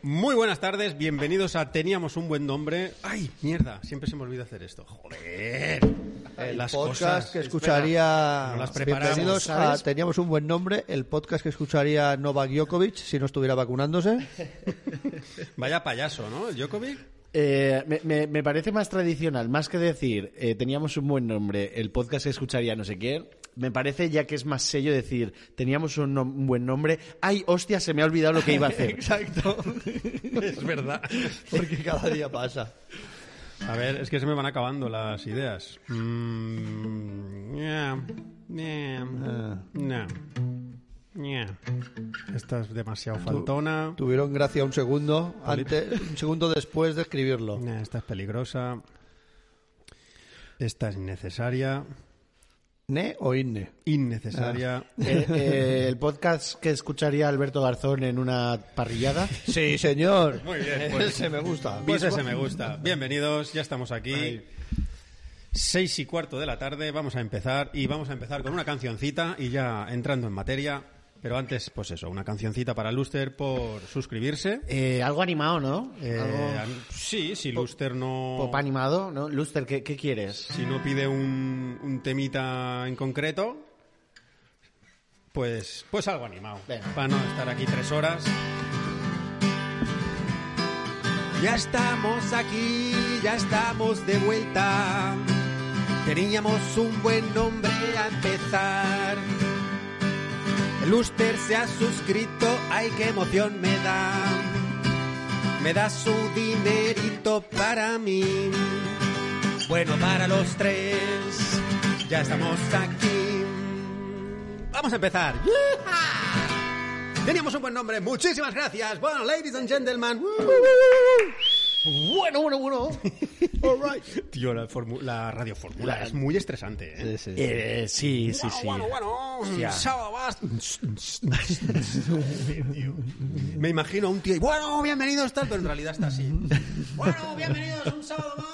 Muy buenas tardes, bienvenidos a Teníamos un buen nombre. ¡Ay, mierda! Siempre se me olvida hacer esto. ¡Joder! Eh, El podcast que escucharía. Espera, no las preparamos, Bienvenidos a ¿sabes? Teníamos un buen nombre. El podcast que escucharía Novak Djokovic si no estuviera vacunándose. Vaya payaso, ¿no? ¿El Djokovic? Eh, me, me- me parece más tradicional, más que decir, eh, teníamos un buen nombre, el podcast que escucharía no sé qué, me parece ya que es más sello decir, teníamos un, nom- un buen nombre, ay, hostia, se me ha olvidado lo que iba a hacer. Exacto. es verdad. Porque cada día pasa. A ver, es que se me van acabando las ideas. Mm, ña, ña, ña, ña. Esta es demasiado faltona. Tuvieron gracia un segundo antes, un segundo después de escribirlo. Nah, Esta es peligrosa. Esta es innecesaria. ¿Ne o inne? Innecesaria. Eh, eh, el podcast que escucharía Alberto Garzón en una parrillada. Sí, señor. Muy bien, pues. Ese me gusta. Pues ese me gusta. Bienvenidos, ya estamos aquí. Seis y cuarto de la tarde, vamos a empezar y vamos a empezar con una cancioncita y ya entrando en materia. Pero antes, pues eso, una cancioncita para Luster por suscribirse. Eh, algo animado, ¿no? Eh, algo sí, si Luster no, pop animado, ¿no? Luster, ¿qué, qué quieres? si no pide un, un temita en concreto, pues, pues algo animado. Venga. Para no estar aquí tres horas. Ya estamos aquí, ya estamos de vuelta. Teníamos un buen nombre a empezar. El Luster se ha suscrito, ay, qué emoción me da. Me da su dinerito para mí. Bueno, para los tres, ya estamos aquí. Vamos a empezar. ¡Yuja! Teníamos un buen nombre, muchísimas gracias. Bueno, ladies and gentlemen. Bueno, bueno, bueno. Tío, la, formu- la radio fórmula La- es muy estresante. ¿eh? Sí, sí, sí. Eh, sí, sí, sí. Bueno, bueno, Hostia. sábado más. Joder, tío. Me imagino a un tío y bueno, bienvenidos tal, pero en realidad está así. Bueno, bienvenidos un sábado más.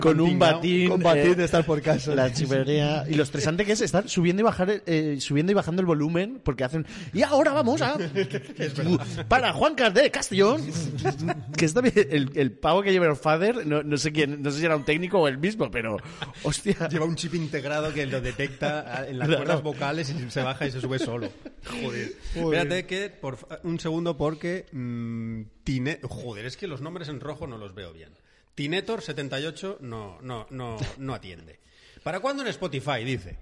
Con un batín. Con batín eh, de estar por casa. La chivería. Y lo estresante que es estar subiendo y, bajar, eh, subiendo y bajando el volumen porque hacen. Y ahora vamos a. para Juan Cardé Castellón. que es también el, el pavo que lleva el father. No, no sé quién. No sé si era un técnico o el mismo, pero. Hostia. Lleva un chip integrado que lo detecta ah, en las Claro. cuerdas vocales y se baja y se sube solo. Joder. Espérate que, por fa- un segundo, porque... mm, Tine- joder, es que los nombres en rojo no los veo bien. Tinetor78 no, no, no, no atiende. ¿Para cuándo en Spotify? Dice.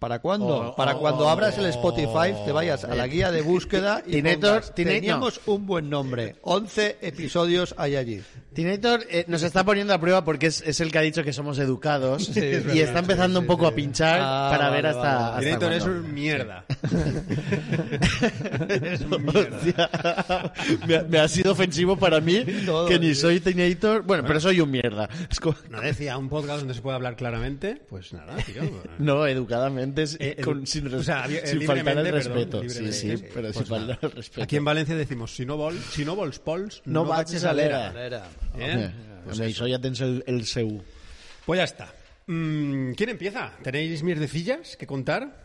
¿Para cuándo? Oh, Para oh, cuando abras el oh. Spotify, te vayas a la guía de búsqueda y Tinator, pongas, Tinator. teníamos un buen nombre. 11 episodios hay allí. Tinator eh, nos está poniendo a prueba porque es, es el que ha dicho que somos educados. es y verdad, está empezando un poco a pinchar Ah, para vale, ver hasta. vale, hasta Tinetor es cuándo. un mierda. Hostia. me, ha- me ha sido ofensivo para mí Todo, que ni tío. soy Teenator. Bueno, pero soy un mierda. Es como- ¿No decía un podcast donde se puede hablar claramente? Pues nada, tío. no, educadamente, es- Eh, edu- con- sin, res- o sea, li- eh, sin faltar libremente, el perdón, respeto. sí, libremente, sí, sí, pero pues sin nada. faltar el respeto. Aquí en Valencia decimos, si no, vol, si no vols pols, No baches a l'era. ¿Eh? Pues soy atenso el, el seu. Pues ya está. Mm, ¿Quién empieza? ¿Tenéis mierdecillas que contar?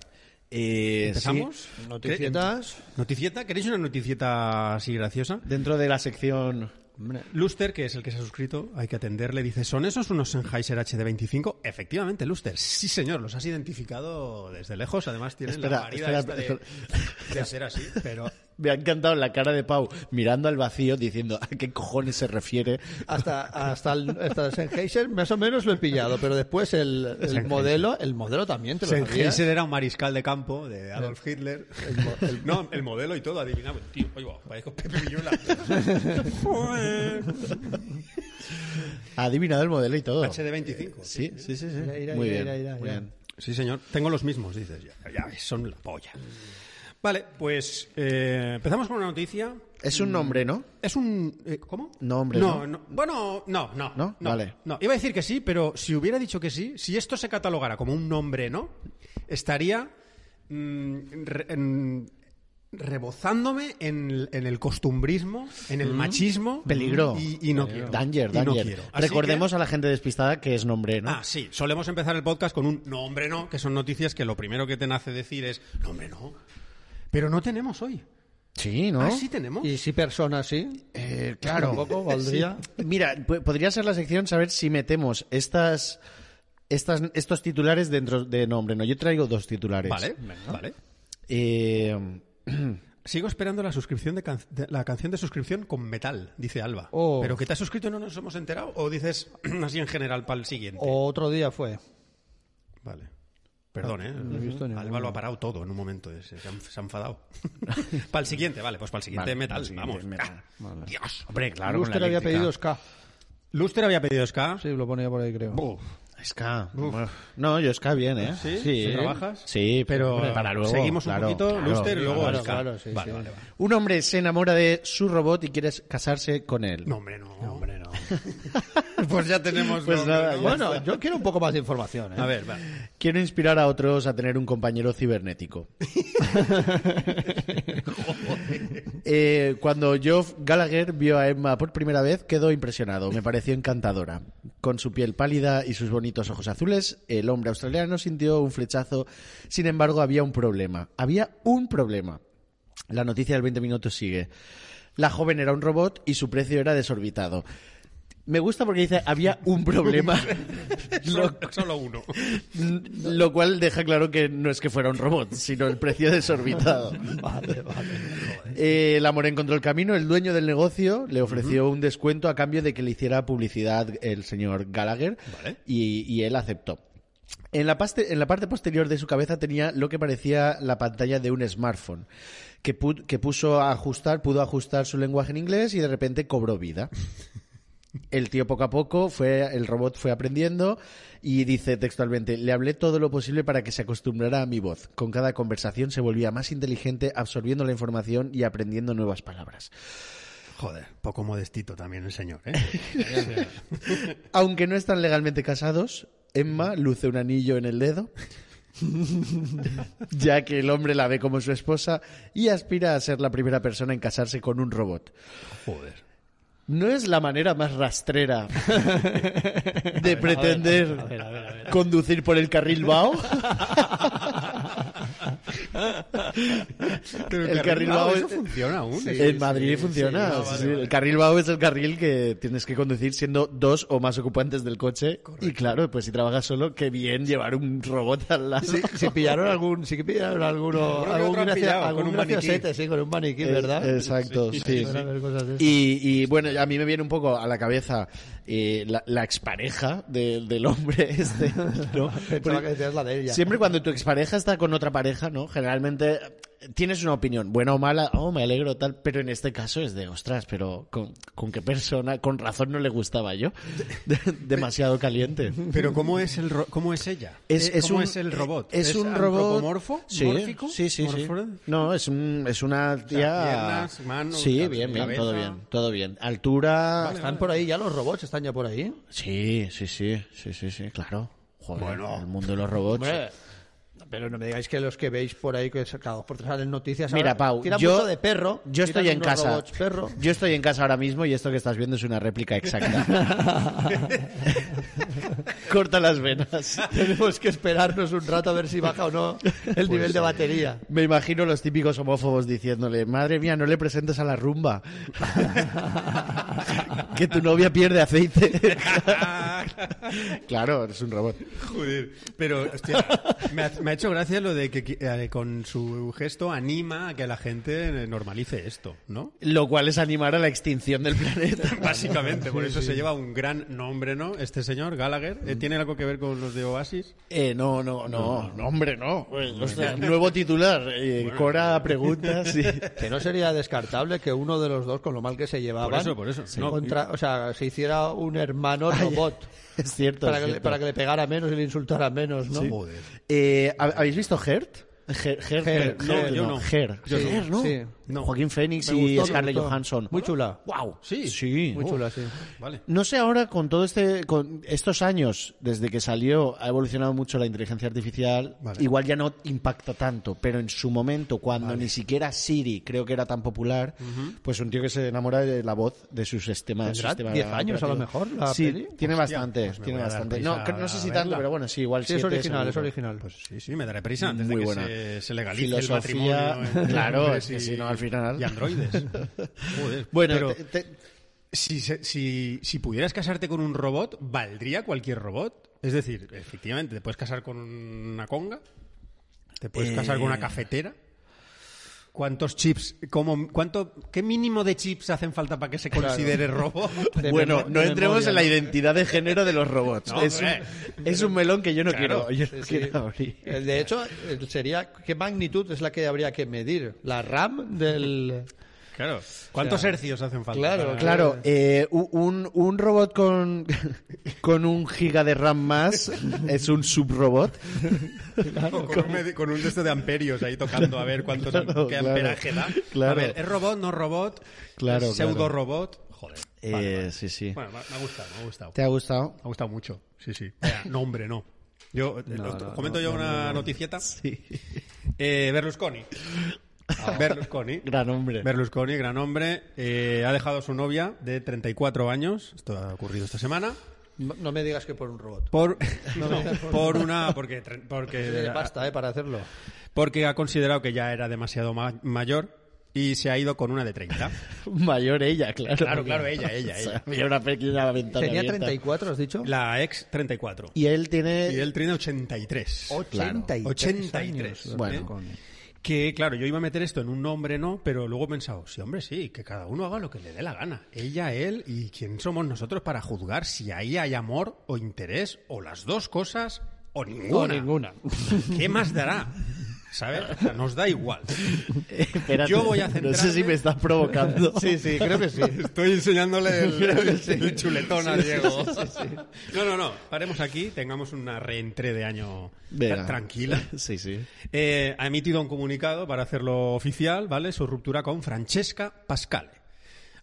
Eh, ¿Empezamos? Noticietas. ¿Qué- ¿Noticieta? ¿Queréis una noticieta así graciosa? Dentro de la sección. Luster, que es el que se ha suscrito, hay que atenderle, dice, ¿son esos unos Sennheiser HD25? Efectivamente, Luster, sí señor, los has identificado desde lejos, además tienen la Espera, parida espera, esta de- espera. de hacer así, pero Me ha encantado la cara de Pau mirando al vacío diciendo a qué cojones se refiere. Ah. Hasta, hasta el, hasta el Sennheiser más o menos lo he pillado, pero después el, el Sennheiser. modelo, el modelo también te lo sabías. Sennheiser era un mariscal de campo de Adolf Hitler. no, el modelo y todo, adivinamos. Tío, oye, va, parezco Pepe Villola. Joder. Ha adivinado el modelo y todo. HD25. Sí, sí, sí. sí. Ira, ira, muy ira, bien, ira, ira, muy ira. bien. Sí, señor. Tengo los mismos, dices. Ya, ya ves, son la polla. Vale, pues eh, empezamos con una noticia Es un nombre, ¿no? Es un. eh, ¿Cómo? No, hombre, No, ¿no? no. Bueno, no, no. ¿No? Vale. No, iba a decir que sí, pero si hubiera dicho que sí, si esto se catalogara como un nombre, ¿no? Estaría mm, re- en- rebozándome en, en el costumbrismo, en el machismo. Mm. Peligro. Y, y no quiero. Danger, Y no danger. quiero. Así Recordemos que- a la gente despistada que es nombre, ¿no? Ah, sí, solemos empezar el podcast con un no, hombre, no, que son noticias que lo primero que te nace decir es no, hombre, no. Pero no tenemos hoy. sí, ¿no? Ah, sí tenemos. Y si persona sí, Eh, claro. tampoco valdría. Mira, po- podría ser la sección saber si metemos estas, estas, estos titulares dentro de nombre, ¿no? Yo traigo dos titulares. Vale, vale. Eh, Sigo esperando la suscripción de, can- de- la canción de suscripción con metal, dice Alba. Oh. Pero que te has suscrito y no nos hemos enterado, o dices así en general para el siguiente. O otro día fue. Vale. Perdón, ¿eh? he visto Alba ninguno. lo ha parado todo en un momento. ese, Se, han- se ha enfadado. para el siguiente, vale. Pues para el siguiente Vale, metal, pa'l siguiente vamos. metal. Ah, Dios. Hombre, claro. Claro, con la Luster había eléctrica. pedido Ska. Luster había pedido Ska. Sí, lo ponía por ahí, creo. Buf. Ska. No, yo Ska bien, ¿eh? ¿Sí? ¿Sí trabajas? Sí, pero hombre, para luego. seguimos un claro, poquito claro, Luster y luego claro, Ska. claro, sí, vale, sí. vale, vale. Un hombre se enamora de su robot y quiere casarse con él. No, hombre, no. hombre, no. pues ya tenemos. Pues nombre, nada, ¿no? Bueno, yo quiero un poco más de información. ¿eh? A ver, vale. Quiero inspirar a otros a tener un compañero cibernético. Eh, cuando Geoff Gallagher vio a Emma por primera vez, quedó impresionado. Me pareció encantadora. Con su piel pálida y sus bonitos ojos azules, el hombre australiano sintió un flechazo. Sin embargo, había un problema. Había un problema. La noticia del 20 minutos sigue. La joven era un robot y su precio era desorbitado. Me gusta porque dice, había un problema. Lo- Solo, solo uno. lo cual deja claro que no es que fuera un robot, sino el precio desorbitado. Eh, el amor encontró el camino. El dueño del negocio le ofreció un descuento a cambio de que le hiciera publicidad el señor Gallagher Vale. y, y él aceptó. En la, paste- en la parte posterior de su cabeza tenía lo que parecía la pantalla de un smartphone que, pu- que puso a ajustar, pudo ajustar su lenguaje en inglés y de repente cobró vida el tío poco a poco fue el robot fue aprendiendo y dice textualmente le hablé todo lo posible para que se acostumbrara a mi voz con cada conversación se volvía más inteligente absorbiendo la información y aprendiendo nuevas palabras Joder, poco modestito también el señor, ¿eh? aunque no están legalmente casados Emma luce un anillo en el dedo ya que el hombre la ve como su esposa y aspira a ser la primera persona en casarse con un robot Joder. No es la manera más rastrera de pretender conducir por el carril BAO. Pero El carril Bao eso es- funciona aún. ¿eh? en Madrid funciona. sí, ah, sí, vale, sí. El carril BAO es el carril que tienes que conducir siendo dos o más ocupantes del coche. Y claro, pues si trabajas solo, qué bien llevar un robot al lado. Si, si pillaron algún, si pillaron Seguro alguno, que algún, otro han gracia- pillado, algún con un maniquí. graciosete, sí, con un maniquí, ¿verdad? Eh, Exacto, sí. Van a ver cosas de esas. Y, y, bueno, a mí me viene un poco a la cabeza eh, la, la expareja de- del hombre este. ¿no? Pensaba que decías la de ella. Siempre cuando tu expareja está con otra pareja, ¿no? Generalmente eh, tienes una opinión, buena o mala, oh, me alegro, tal, pero en este caso es de, ostras, pero ¿con, con qué persona? Con razón no le gustaba yo. De- demasiado caliente. Pero ¿cómo es, el ro- cómo es ella? Eh, ¿Cómo es el robot? Es, un robot. antropomorfo? Sí, ¿Mórfico? sí, sí. sí. ¿Morfo- No, es, un, es una tía. piernas, manos, sí, cabe- bien, bien, cabeza. todo bien, todo bien. Altura. Están por ahí, ya los robots están ya por ahí. Sí, sí, sí, sí, sí, sí, claro. Joder, Bueno. el mundo de los robots. Hombre, pero no me digáis que los que veis por ahí, que cada dos por tres salen noticias. Mira, ahora Pau, tiran yo, mucho de perro. yo tiran estoy en unos casa. robots perro. Yo estoy en casa ahora mismo y esto que estás viendo es una réplica exacta. Corta las venas. Tenemos que esperarnos un rato a ver si baja o no el nivel de batería. Me imagino los típicos homófobos diciéndole, madre mía, no le presentes a la rumba. que tu novia pierde aceite. claro, eres un robot. Joder. Pero, hostia, me ha, me ha hecho gracia lo de que eh, con su gesto anima a que la gente normalice esto, ¿no? Lo cual es animar a la extinción del planeta. Básicamente, por eso se lleva un gran nombre, ¿no? Este señor, Gallagher. Eh, ¿Tiene algo que ver con los de Oasis? Eh, no, no, no, no, hombre, no. O sea, nuevo titular, eh, Cora preguntas. y- Que no sería descartable que uno de los dos, con lo mal que se llevaban, Por eso, por eso. se No, contra- o sea, se hiciera un hermano robot Es cierto. para es que, le, cierto. para que le pegara menos y le insultara menos, ¿no? Joder. Eh, ¿hab- ¿Habéis visto Hert? Her, Her, Her- Her- no, yo no. Her. Yo no. Her, ¿no? Sí. No. Joaquín Phoenix Me y gustó, me Scarlett gustó. Johansson. Muy chula. Wow. Sí. Sí. Muy Uf. chula, sí. Vale. No sé ahora con todo este con estos años desde que salió ha evolucionado mucho la inteligencia artificial, Vale. igual ya no impacta tanto, pero en su momento cuando ni siquiera Siri creo que era tan popular, pues un tío que se enamora de la voz de sus sistemas, Tendrá sistema 10 años, a lo operativo. mejor, la sí, peli. tiene bastante, pues me tiene voy a dar bastante. prisa No, creo- no sé a si tanto, verla. pero bueno, sí, igual Sí, es siete, original, es seguro. original. Pues sí, sí, me daré prisa antes Muy de que buena. se, se legalice Filosofía, el matrimonio. entre claro, hombres es que y- si no, al final. Y androides. Joder. Bueno, pero te- te- si, se- si, si pudieras casarte con un robot, ¿valdría cualquier robot? Es decir, efectivamente, te puedes casar con una conga, te puedes casar con una Eh. cafetera. ¿Cuántos chips? Cómo, cuánto, ¿Qué mínimo de chips hacen falta para que se considere robot? De bueno, memo- no de entremos memoria, en la ¿no? identidad de género de los robots. No, es, un, hombre. es un melón que yo no Claro. quiero, yo no Sí. quiero abrir. Eh, De hecho, eh, sería qué magnitud es la que habría que medir. La RAM del. Claro. ¿Cuántos hercios hacen falta? claro, para- Claro, eh, u- un, un robot con, con un giga de RAM más es un subrobot. O con, un, medi- con un de esto de amperios ahí tocando a ver cuántos Claro, qué claro. amperaje da. Claro. A ver, ¿es robot, no robot? Claro, ¿Es pseudo robot? Joder. Eh, vale, vale. Sí, sí. Bueno, me ha me ha gustado, me ha gustado. ¿Te ha gustado? Me ha gustado mucho. Sí, sí. Vaya, no, hombre, no. Yo eh, lo- comento yo una noticieta. Sí. Eh, Berlusconi. Ah. Berlusconi. Gran hombre. Berlusconi, gran hombre, eh, ha dejado a su novia de 34 años, esto ha ocurrido esta semana, No no me digas que por un robot. por, no, por una, porque, tre- porque Tiene pasta, ¿eh? Para hacerlo. porque ha considerado que ya era demasiado ma- mayor y se ha ido con una de 30. Mayor ella, claro. Claro, claro, ella, ella, ella. Había una pequeña ventana Tenía abierta. 34, has dicho. La ex 34. Y él tiene... Y él tiene 83. 83. 83. años. Bueno. ¿eh? Que claro, yo iba a meter esto en un nombre, no, pero luego he pensado, sí, hombre, sí, que cada uno haga lo que le dé la gana. Ella, él y quién somos nosotros para juzgar si ahí hay amor o interés o las dos cosas o ninguna. ninguna. ¿Qué más dará? ¿Sabes? O sea, nos da igual. Espérate, Yo voy a No sé centrarme- si me estás provocando. Sí, sí, creo que sí. Estoy enseñándole el, el chuletón a Diego. No, no, no. Paremos aquí. Tengamos una reentré de año Venga. tra- tranquila. Sí, sí. Eh, ha emitido un comunicado para hacerlo oficial, ¿vale? Su ruptura con Francesca Pascale.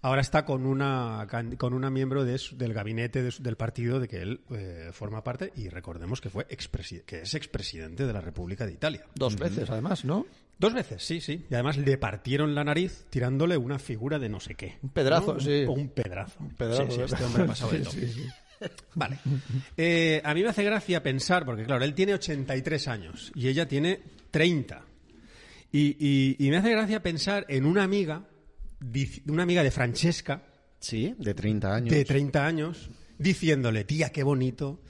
Ahora está con una, can- con una miembro de su- del gabinete de su- del partido de que él eh, forma parte y recordemos que, fue expresi- que es expresidente de la República de Italia. Dos veces, además, ¿no? Dos veces, sí, sí. Y además le partieron la nariz tirándole una figura de no sé qué. Un pedrazo, sí. O un pedrazo. pedazo, Sí, sí, ¿verdad? este hombre ha pasado de todo. Vale. Eh, a mí me hace gracia pensar, porque claro, él tiene 83 años y ella tiene 30. Y, y- y me hace gracia pensar en una amiga, dic- una amiga de Francesca, Sí, de 30 años. de 30 años, diciéndole, tía, qué bonito.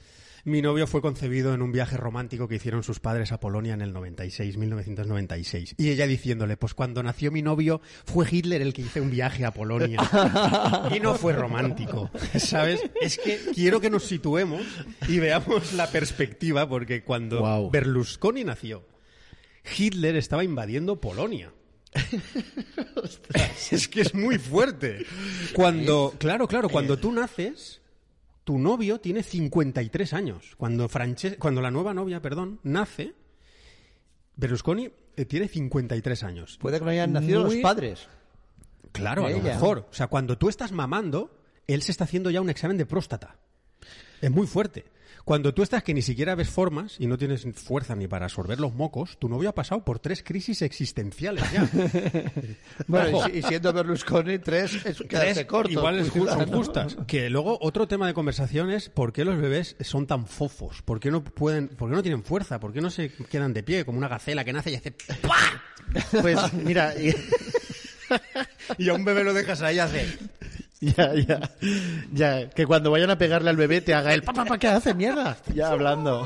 Mi novio fue concebido en un viaje romántico que hicieron sus padres a Polonia en el 96, 1996. Y ella diciéndole, pues cuando nació mi novio fue Hitler el que hizo un viaje a Polonia. Y no fue romántico, ¿sabes? Es que quiero que nos situemos y veamos la perspectiva, porque cuando Guau. Berlusconi nació, Hitler estaba invadiendo Polonia. es que es muy fuerte. Cuando, claro, claro, cuando tú naces, tu novio tiene 53 años. Cuando, Frances- cuando la nueva novia, perdón, nace, Berlusconi eh, tiene 53 años. Puede que no hayan nacido Muy- los padres. Claro, a lo Ella. mejor. O sea, cuando tú estás mamando, él se está haciendo ya un examen de próstata. Es muy fuerte. Cuando tú estás que ni siquiera ves formas y no tienes fuerza ni para absorber los mocos, tu novio ha pasado por tres crisis existenciales ya. Bueno, y, si- y siendo Berlusconi, tres es quedarse Tres corto. igual pues, es ju- Cuidado, son ¿no? justas. Que luego otro tema de conversación es por qué los bebés son tan fofos, por qué no pueden, por qué no tienen fuerza, por qué no se quedan de pie como una gacela que nace y hace ¡pah! Pues mira, y- y a un bebé lo dejas ahí y hace ya, ya, ya, que cuando vayan a pegarle al bebé te haga el papá, ¿qué hace mierda? Ya hablando.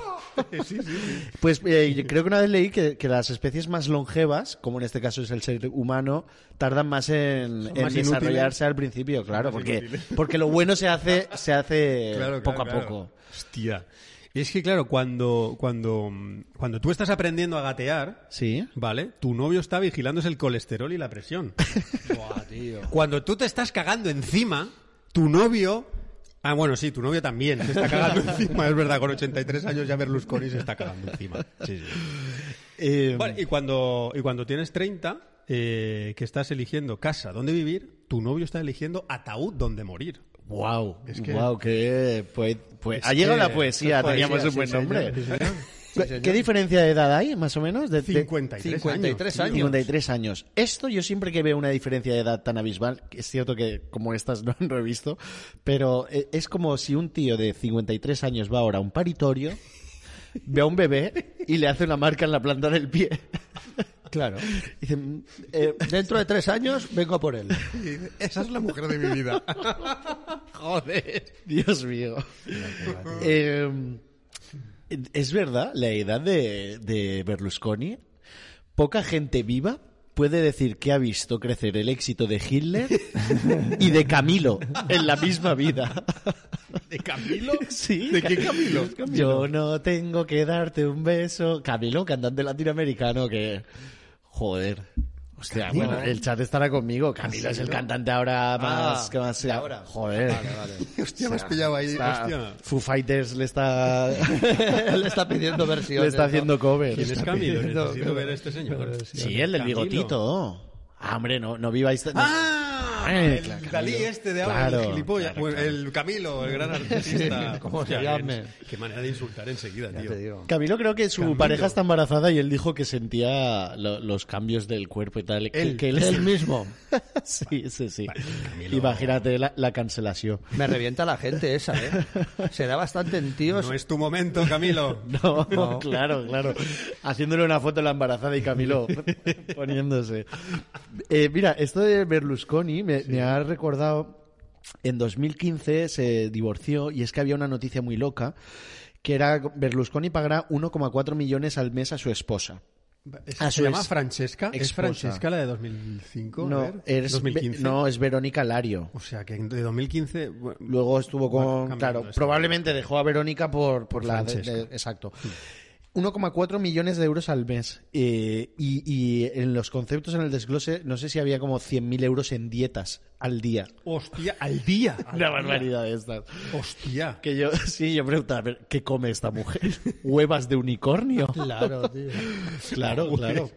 Pues eh, yo creo que una vez leí que, que las especies más longevas, como en este caso es el ser humano, tardan más en, en más inútiles. desarrollarse al principio, claro, porque, porque lo bueno se hace, se hace Claro, poco claro, a claro. poco. Hostia. Y es que, claro, cuando, cuando, cuando tú estás aprendiendo a gatear, Sí. ¿vale? Tu novio está vigilándose el colesterol y la presión. Buah, tío. Cuando tú te estás cagando encima, tu novio... Ah, bueno, sí, tu novio también se está cagando encima, es verdad, con 83 años ya Berlusconi se está cagando encima. Sí, sí. Eh, Vale, y cuando, y cuando tienes 30, eh, que estás eligiendo casa donde vivir, tu novio está eligiendo ataúd donde morir. Wow, Es que- wow, que pues, pues Es ha llegado que- la poesía, la poesía, teníamos un sí, buen señor, nombre. sí, señor. ¿Qué- ¿Qué diferencia de edad hay, más o menos? De, de- 53, 53 años. años. 53 años. Esto yo siempre que veo una diferencia de edad tan abismal, es cierto que como estas no han revisto, pero eh, es como si un tío de 53 años va ahora a un paritorio, ve a un bebé y le hace una marca en la planta del pie. Claro. Dice, mm, eh, Dentro de tres años vengo a por él. Esa es la mujer de mi vida. Joder. Dios mío. Eh, es verdad, la edad de, de Berlusconi, poca gente viva puede decir que ha visto crecer el éxito de Hitler y de Camilo en la misma vida. ¿De Camilo? Sí. ¿De qué Camilo? Yo no tengo que darte un beso. Camilo, cantante latinoamericano que... Joder. Hostia, bueno, ¿eh? el chat estará conmigo. Camilo es el cantante ahora Ah, más... que más ahora. Joder. Hostia, me has pillado ahí. Está- Hostia. Foo Fighters le está Le está pidiendo versiones. le está ¿no? haciendo cover. ¿Quién es Camilo? pidiendo- Necesito ver a este señor. Sí, el del Camilo. bigotito. Ah, hombre, no, no viváis. tan- ¡Ah! Eh, el claro, Dalí Camilo. este de ahora, el Claro, gilipollas. claro, Bueno, El Camilo, el gran artista. ¿cómo Hostia, se llame? qué- Qué manera de insultar enseguida, Ya tío. te digo. Camilo creo que su Camilo. pareja está embarazada y él dijo que sentía lo- los cambios del cuerpo y tal. que- Él. que Él mismo. sí, sí, sí. Camilo. Imagínate la, la cancelación. Me revienta la gente esa, ¿eh? Se da bastante en tíos. No es tu momento, Camilo. No, claro, claro. Haciéndole una foto a la embarazada y Camilo poniéndose. Eh, mira, esto de Berlusconi me, me ha recordado. En 2015 se divorció y es que había una noticia muy loca que era Berlusconi pagará 1,4 millones al mes a su esposa. Es- A ¿Se su llama ex- Francesca? ¿Es esposa. Francesca la de 2005? A No, ver, es, 2015. no, es Verónica Lario. O sea, que de 2015... bueno, Luego estuvo Bueno, con. cambiando claro, esto. probablemente dejó a Verónica por, por la. de- de- Francesca. exacto. 1,4 millones de euros al mes. Eh, y, y en los conceptos, en el desglose, no sé si había como 100.000 euros en dietas al día. Hostia, al día. Una barbaridad de estas. Hostia. Que yo, sí, yo preguntaba, a ver, ¿qué come esta mujer? ¿Huevas de unicornio? Claro, tío. Claro, claro.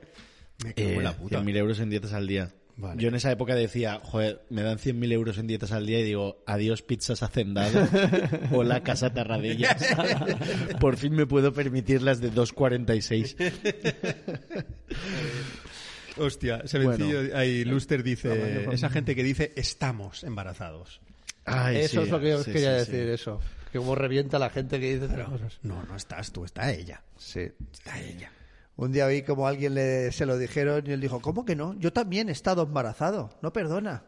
Me cago Eh, en la puta. 100.000 euros en dietas al día. Vale. Yo en esa época decía, joder, me dan 100.000 euros en dietas al día y digo, adiós pizzas hacendado, hola casa tarradellas. Por fin me puedo permitir las de 2.46. Hostia, se vencillo. Bueno. ahí Luster dice... Esa gente que dice, estamos embarazados. Ay, Eso sí, es lo que yo sí, quería sí, sí. decir, eso. Que como revienta la gente que dice esas cosas. No, no estás tú, está ella. Sí. Está ella. Un día vi como alguien le, se lo dijeron y él dijo, ¿cómo que no? Yo también he estado embarazado. No perdona.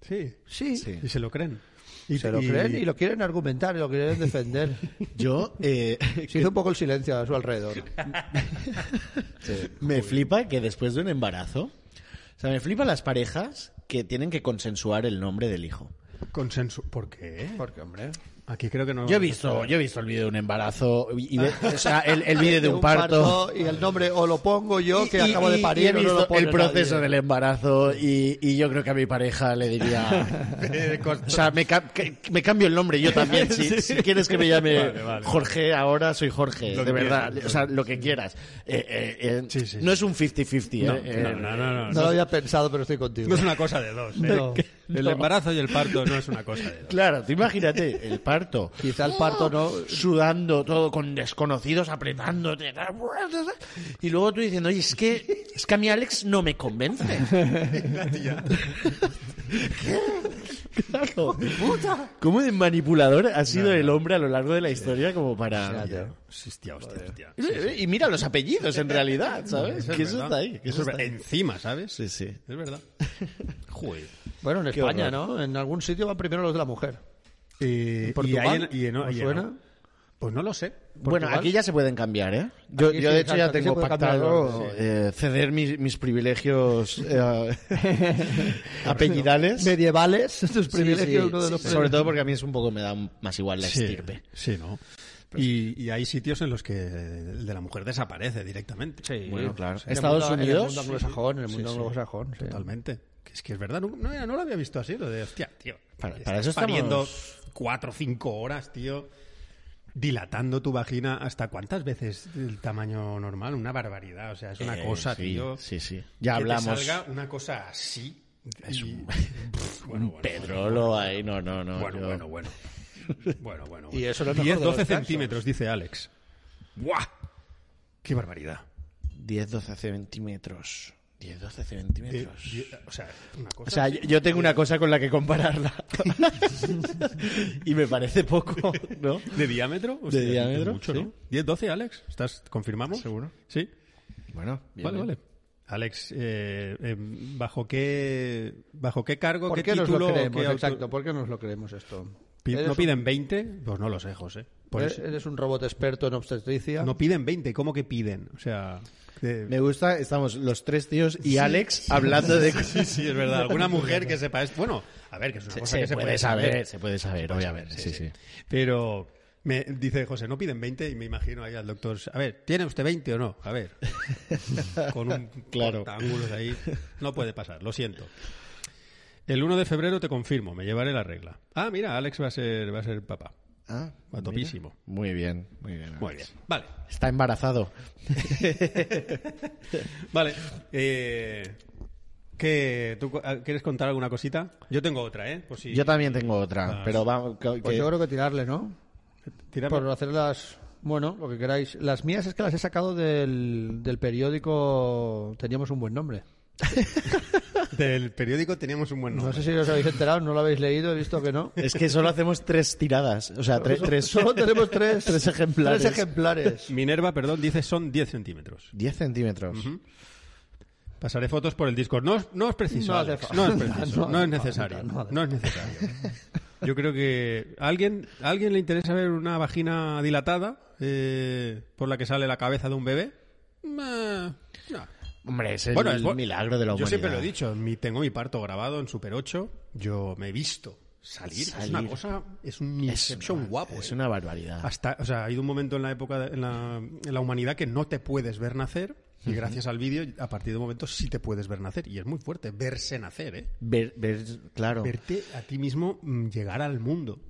Sí. Sí. Sí. Y se lo creen. Y se lo creen y lo quieren argumentar y lo quieren defender. Yo eh, Se hizo un poco el silencio a su alrededor. me flipa que después de un embarazo, o sea, me flipa las parejas que tienen que consensuar el nombre del hijo. Consenso. ¿Por qué? Porque, hombre... Aquí creo que no. Yo he visto, yo he visto el vídeo de un embarazo, y, y ve- o sea, el, el vídeo de un parto. Y el nombre o lo pongo yo que Y- acabo de y- parir y he o no lo visto pone el proceso nadie. del embarazo y, y yo creo que a mi pareja le diría Eh, o sea me, ca- que- me cambio el nombre yo también si, si quieres que me llame Vale, vale. Jorge ahora soy Jorge Lo de que verdad quieras. o sea lo que quieras Eh, eh, eh, Sí, sí, no sí. es un 50-50 No, eh, eh, no, no, no, no, No no. lo había pensado, pero estoy contigo. No es una cosa de dos. ¿eh? No. El embarazo y el parto no es una cosa de dos. claro tú imagínate el parto Quizá el parto no... sudando todo con desconocidos apretándote tal, buah, tal, tal. y luego tú diciendo oye es que es que a mí Alex no me convence La tía. Claro. ¿Cómo de manipulador ha sido el hombre a lo largo de la historia como para... Hostia, hostia, hostia. Y mira los apellidos en realidad, ¿sabes? Eso es que eso verdad. está ahí. que Eso eso es está ver- ahí. Encima, ¿sabes? Sí, sí. Es verdad. Joder. Bueno, en Qué España, horror. ¿no? En algún sitio van primero los de la mujer. Eh, y Portugal? ahí en- y en- ¿Os y en- suena? Pues no lo sé. Bueno, Portugal. aquí ya se pueden cambiar, ¿eh? Yo, Aquí yo, sí, de hecho, exacto, ya aquí se tengo puede cambiar el pactado orden, eh, ceder mis, mis privilegios eh, apellidales. Medievales, estos privilegios, Sí, uno de sí, los sí. sobre todo porque a mí es un poco me da más igual la Sí, estirpe. sí, ¿no? Y, y hay sitios en los que el de la mujer desaparece directamente. Sí, Bueno, claro. En el Estados mundo- En el mundo Unidos, anglosajón, en el mundo sí. anglosajón. sí. Totalmente. Que es que es verdad, no, no, mira, no lo había visto así, lo de, hostia, tío. Para- estás para eso estamos- pariendo cuatro o cinco horas, tío. dilatando tu vagina hasta cuántas veces el tamaño normal, una barbaridad, o sea, es una Eh, cosa, sí, tío. sí, sí. Ya que te hablamos. salga una cosa así. Es y- un- Pff, bueno, bueno, Pedrolo ahí, no, no, no. Bueno, yo- bueno, bueno. Bueno, bueno, bueno. Y eso no es 10, mejor de los 12 Jacksons. centímetros, dice Alex. ¡Buah! ¡Qué barbaridad! 10, 12 centímetros. 10, 12 Eh, centímetros. die- o sea, una cosa. O sea, yo- yo tengo una cosa con la que compararla. y me parece poco, ¿no? ¿De diámetro? ¿De diámetro? Mucho, Sí. ¿no? ¿10, 12, Alex? ¿Estás confirmamos? ¿Seguro? Sí. Bueno, bien, vale, bien. vale. Alex, eh, eh, ¿bajo qué bajo qué cargo, ¿Por qué, qué nos título? lo o qué creemos? auto- Exacto, ¿por qué nos lo creemos esto? Pi- Eres ¿No un- piden 20? Pues no lo sé, José. Por eres, eso- eres un robot experto en obstetricia. No piden 20, ¿cómo que piden? O sea, de- Me gusta, estamos los tres tíos y Alex hablando de Sí, sí, es verdad. Alguna mujer que sepa esto. Bueno, a ver, que es una Se, cosa se que se puede saber, se puede saber, obviamente. Sí, sí. Pero me dice José, no piden 20 y me imagino ahí al doctor, a ver, ¿tiene usted 20 o no? A ver. Con un Claro. ángulos ahí. No puede pasar, lo siento. El 1 de febrero te confirmo, me llevaré la regla. Ah, mira, Alex va a ser, va a ser papá. Ah, A topísimo. Muy bien, muy bien. Alex. Muy bien. Vale. Está embarazado. Vale. Eh, ¿qué- tú cu- ah, ¿Quieres contar alguna cosita? Yo tengo otra, ¿eh? Por si- Yo también tengo Ah, otra, pero va, que- Pues yo creo que tirarle, ¿no? Tírame. Por hacer las... Bueno, lo que queráis. Las mías es que las he sacado del, del periódico... Teníamos un buen nombre. Del periódico teníamos un buen No nombre. sé si os habéis enterado, no lo habéis leído, he visto que no. es que solo hacemos tres tiradas, o sea, tres, tres Solo tenemos tres, Tres ejemplares. Tres ejemplares. Minerva, perdón, dice son 10 centímetros. 10 centímetros. Pasaré fotos por el Discord. No, es- no es preciso. No hace Alex, falta. No, es preciso. No No, hace es falta, necesario. no hace No es necesario. Yo creo que ¿a alguien, a alguien le interesa ver una vagina dilatada eh, por la que sale la cabeza de un bebé. Eh, Nah, nah. Hombre, es el bu- milagro de la Yo humanidad. siempre lo he dicho. mi- tengo mi parto grabado en Super 8. Yo me he visto salir. Es una Salir. cosa. Es un Es Inception una- guapo. Es eh. una barbaridad. Hasta, o sea, ha habido un momento en la época, de- en la, en la humanidad que no te puedes ver nacer y gracias al vídeo, a partir de un momento sí te puedes ver nacer. Y es muy fuerte verse nacer, ¿eh? Ver- ver- claro. Verte a ti mismo mm, llegar al mundo.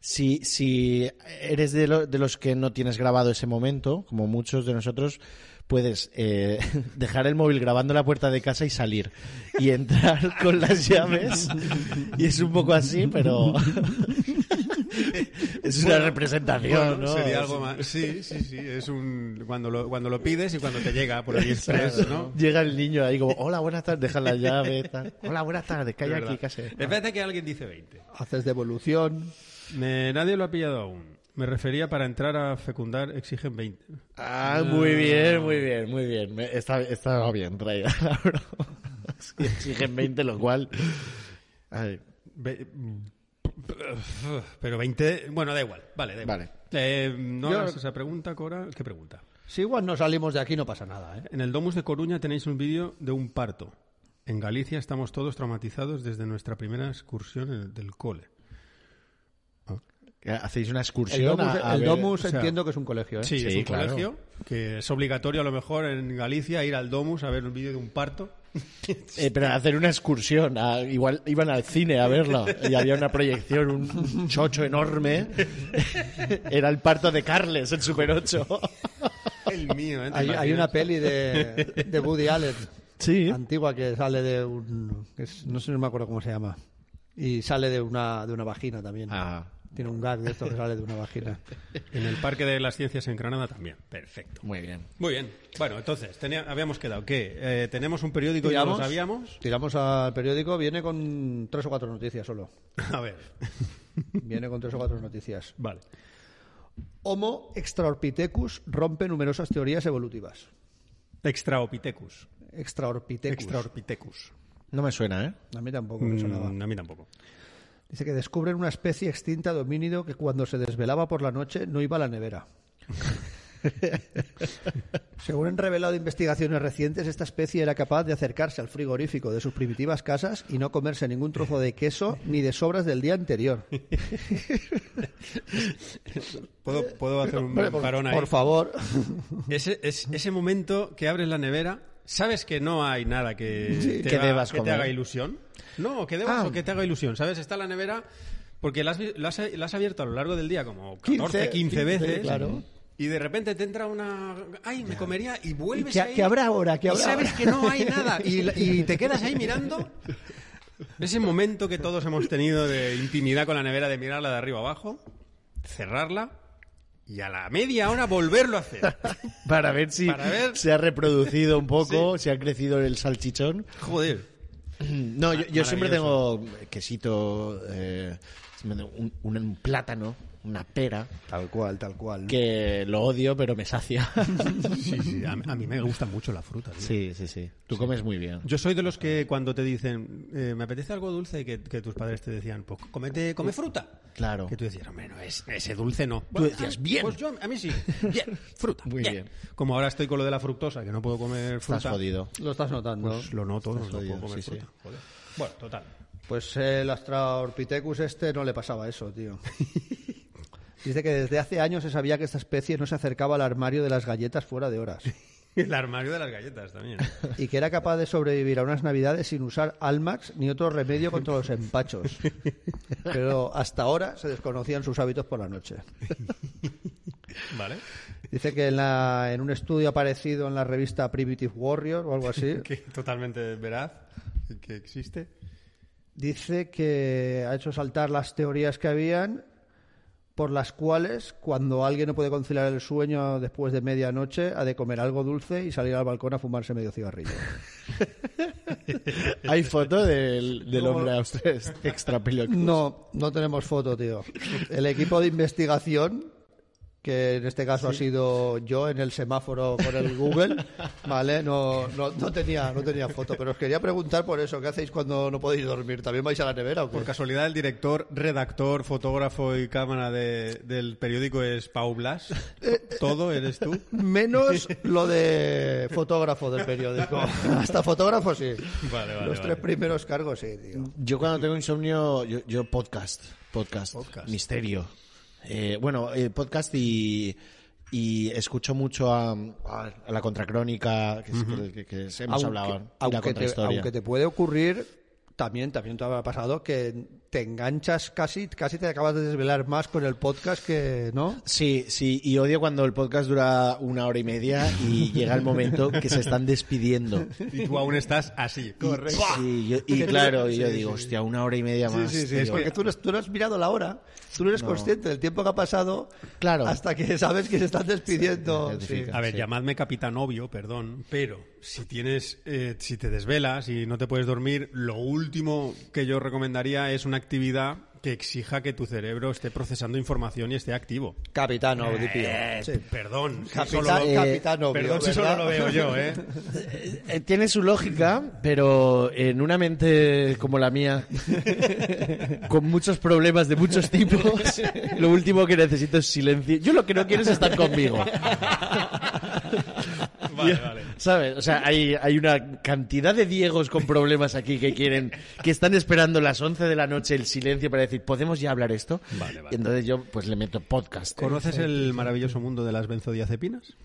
Si, si eres de, lo- de los que no tienes grabado ese momento, como muchos de nosotros, puedes eh, dejar el móvil grabando la puerta de casa y salir. Y entrar con las llaves. Y es un poco así, pero. es una representación, Bueno, ¿no? Sería Es- algo más. Sí, sí, sí. Es un. Cuando lo, cuando lo pides y cuando te llega por el express, ¿no? Llega el niño ahí como, hola, buenas tardes, deja la llave, tal. Hola, buenas tardes, Es calla verdad. aquí, casi. Espérate que alguien dice 20. Haces devolución. Me- nadie lo ha pillado aún. Me refería para entrar a fecundar, exigen 20. Ah, muy bien, muy bien, muy bien. Me- Está, estaba bien traída la broma. Sí, exigen 20, lo cual... Ay, Ve- mm, Pero 20. Bueno, da igual. Vale, da igual. Vale. Eh, no Yo- hagas esa pregunta, Cora. ¿Qué pregunta? Si igual no salimos de aquí no pasa nada, ¿eh? En el Domus de Coruña tenéis un vídeo de un parto. En Galicia estamos todos traumatizados desde nuestra primera excursión en- del cole. Hacéis una El excursión Domus, a, a el ver- Domus o sea, entiendo que es un colegio, ¿eh? Sí, es Sí, un claro. colegio que es obligatorio a lo mejor en Galicia ir al Domus a ver un vídeo de un parto. eh, pero hacer una excursión. a- igual iban al cine a verlo y había una proyección, un chocho enorme. Era el parto de Carles, el Super 8. El mío, ¿eh? ¿Te Hay, hay imaginas? una peli de, de Woody Allen Sí. antigua que sale de un... que es- no sé, no me acuerdo cómo se llama. Y sale de una, de una vagina también. Ah, Tiene un gag de esto que sale de una vagina. En el Parque de las Ciencias en Granada también. Perfecto. muy bien. Muy bien. Bueno, entonces, tenía- habíamos quedado que eh, tenemos un periódico y ya lo sabíamos. tiramos al periódico, viene con tres o cuatro noticias solo. A ver. Viene con tres o cuatro noticias. Vale. Homo extraorpithecus rompe numerosas teorías evolutivas. Extraopithecus. Extraorpithecus. Extraorpithecus. No me suena, ¿eh? A mí tampoco me sonaba. Mm, a mí tampoco. Dice que descubren una especie extinta de homínido que cuando se desvelaba por la noche no iba a la nevera. Según han revelado investigaciones recientes, esta especie era capaz de acercarse al frigorífico de sus primitivas casas y no comerse ningún trozo de queso ni de sobras del día anterior. ¿Puedo, puedo hacer un Hombre, parón por, ahí? por favor. Ese, es- ese momento que abres la nevera, sabes que no hay nada que, te, Que haga- debas que te comer. haga ilusión. No, que debas Ah. o que te haga ilusión. ¿Sabes? Está la nevera. Porque la has, vi- la has- la has abierto a lo largo del día como 14, 15, 15, veces. claro. Y de repente te entra una... ¡Ay, me comería! Y vuelves ¿Qué, ahí. qué habrá ahora? ¿Qué y habrá sabes ahora? que no hay nada. Y, la- y te quedas ahí mirando. Ese momento que todos hemos tenido de intimidad con la nevera, de mirarla de arriba abajo, cerrarla y a la media hora volverlo a hacer. Para ver si Para ver. se ha reproducido un poco, si ha crecido el salchichón. Joder. No, yo, yo siempre Maravilloso. tengo quesito, eh, un, un- un plátano, una pera, Tal cual, tal cual. que lo odio, pero me sacia. Sí, sí, a, a mí me gusta mucho la fruta. tío. sí, sí, sí. Tú comes muy bien. Yo soy de los que cuando te dicen, eh, me apetece algo dulce, que, que tus padres te decían, pues comete, come fruta. Claro. Que tú decías, hombre, no, es, ese dulce no. Bueno, decías, ah, bien. Pues yo, a mí sí, bien, fruta. Muy bien. Como ahora estoy con lo de la fructosa, que no puedo comer fruta. Estás jodido. Lo estás notando. Pues lo noto, no jodido, puedo comer sí, sí. fruta. Joder. Bueno, total. Pues el Australopithecus este no le pasaba eso, tío. Dice que desde hace años se sabía que esta especie no se acercaba al armario de las galletas fuera de horas El armario de las galletas también. y que era capaz de sobrevivir a unas navidades sin usar Almax ni otro remedio contra los empachos. Pero hasta ahora se desconocían sus hábitos por la noche. ¿Vale? Dice que en, la- en un estudio aparecido en la revista Primitive Warrior o algo así, Que totalmente veraz, que existe. dice que ha hecho saltar las teorías que habían por las cuales cuando alguien no puede conciliar el sueño después de medianoche ha de comer algo dulce y salir al balcón a fumarse medio cigarrillo. Hay foto del, del Como- hombre austrés extra No, no tenemos foto, tío. El equipo de investigación, que en este caso ha sido yo en el semáforo con el Google, ¿vale? No, no, no tenía, no tenía foto, pero os quería preguntar por eso. ¿Qué hacéis cuando no podéis dormir? ¿También vais a la nevera o qué? Por casualidad, el director, redactor, fotógrafo y cámara de- del periódico es Pau Blas. Eh. Todo eres tú. Menos lo de fotógrafo del periódico. Hasta fotógrafo sí. Vale, vale, Los vale. tres primeros cargos sí, tío. Yo cuando tengo insomnio, yo, yo podcast, podcast, Podcast. misterio. Eh, bueno, eh, podcast y, y escucho mucho a, a la contracrónica, que, es- que- que es- hemos hablado, y la aunque te, contrahistoria. aunque te puede ocurrir, también, también te ha pasado que te enganchas casi, casi te acabas de desvelar más con el podcast que, ¿no? Sí, sí, y odio cuando el podcast dura una hora y media y llega el momento que se están despidiendo. Y tú aún estás así. Y, sí, yo- y claro, y yo digo, hostia, una hora y media más. tío. Es porque tú no, has- tú no has mirado la hora, tú no eres consciente del tiempo que ha pasado Claro. hasta que sabes que se están despidiendo. Sí. Sí, A ver, llamadme capitán obvio, perdón, pero si tienes, eh, si te desvelas y no te puedes dormir, lo último que yo recomendaría es una actividad que exija que tu cerebro esté procesando información y esté activo. Capitán obvio, tío. Eh, Sí. Perdón, si Capitán, eh, solo lo- capitán obvio, perdón si ¿verdad? solo lo veo yo, ¿eh? Eh, Tiene su lógica, pero en una mente como la mía, con muchos problemas de muchos tipos, lo último que necesito es silencio. Yo lo que no quiero es estar conmigo. Vale, Yo- vale. ¿Sabes? O sea, hay, hay una cantidad de Diegos con problemas aquí que quieren, que están esperando las 11 de la noche el silencio para decir, ¿podemos ya hablar esto? Vale, vale. Y entonces yo pues le meto podcast. ¿Conoces el maravilloso mundo de las benzodiazepinas?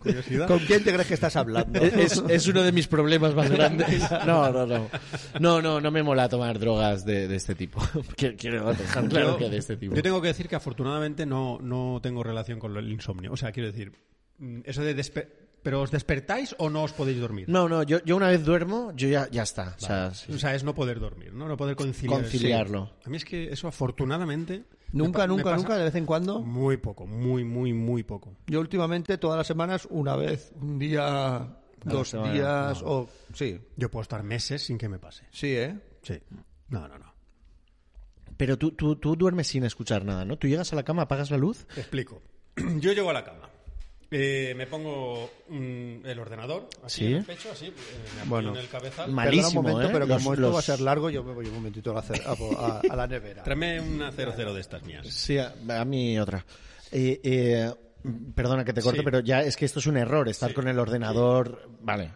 Curiosidad. ¿Con quién te crees que estás hablando? Es, es uno de mis problemas más grandes. No, no, no. No, no, no me mola tomar drogas de, de este tipo. Quiero- Quiero dejar claro Yo- que de este tipo. Yo tengo que decir que afortunadamente no, no tengo relación con lo- el insomnio. O sea, quiero decir, mm, eso de despe- ¿Pero os despertáis o no os podéis dormir? No, no, yo, yo una vez duermo, yo ya, ya está. O sea, sí. O sea, es no poder dormir, ¿no? No poder conciliar. Conciliarlo. Sí. A mí es que eso afortunadamente... me Nunca, pa- me nunca, pasa nunca, de vez en cuando. Muy poco, muy, muy, muy poco. Yo últimamente todas las semanas una vez, un día, dos semana, días o sí, Yo puedo estar meses sin que me pase. sí, eh. Sí. No, no, no. Pero tú, tú, tú duermes sin escuchar nada, ¿no? Tú llegas a la cama, apagas la luz. Te explico. Yo llego a la cama. eh, me pongo mm, el ordenador así Sí. en el pecho, así, eh, me apoyo Bueno. en el cabezal. Ma- Malísimo, Perdona un momento, ¿eh? pero Los- como esto los- va a ser largo, yo me voy un momentito a la, cer- a, a- a la nevera. Tráeme una 00 de estas mías. Sí, a, a mí otra. Eh, eh, perdona que te corte, Sí. pero ya es que esto es un error. Estar con el ordenador. Vale.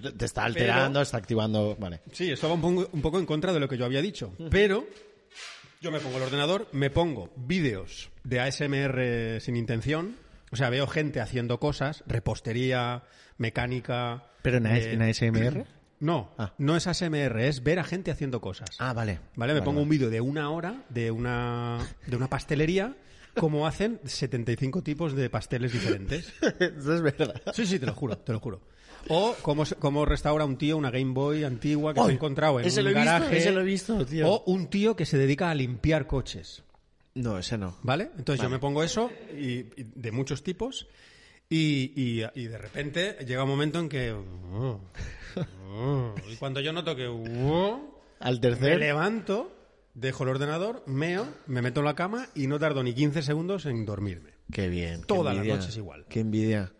Te, te está alterando, está activando. Vale. Sí, estaba un poco, un poco en contra de lo que yo había dicho. Pero yo me pongo el ordenador, me pongo vídeos de ASMR eh, sin intención. O sea, veo gente haciendo cosas, repostería, mecánica. ¿Pero en, eh, ASMR? No, Ah. no es ASMR, es ver a gente haciendo cosas. Ah, vale. Vale, me pongo vale. un vídeo de una hora de una, de una pastelería, como hacen 75 tipos de pasteles diferentes. Eso es verdad. Sí, sí, te lo juro, te lo juro. O cómo, se- cómo restaura un tío una Game Boy antigua que se ha ¡Ay! encontrado en Ese un lo he visto, garaje. ese lo he visto, tío. O un tío que se dedica a limpiar coches. No, ese no. ¿Vale? Entonces yo me pongo eso y, y de muchos tipos y, y- y de repente llega un momento en que... uh, uh, y cuando yo noto que... uh, Al me tercer. levanto, dejo el ordenador, meo, me meto en la cama y no tardo ni 15 segundos en dormirme. Qué bien. qué Todas las envidia, noches igual. Qué envidia.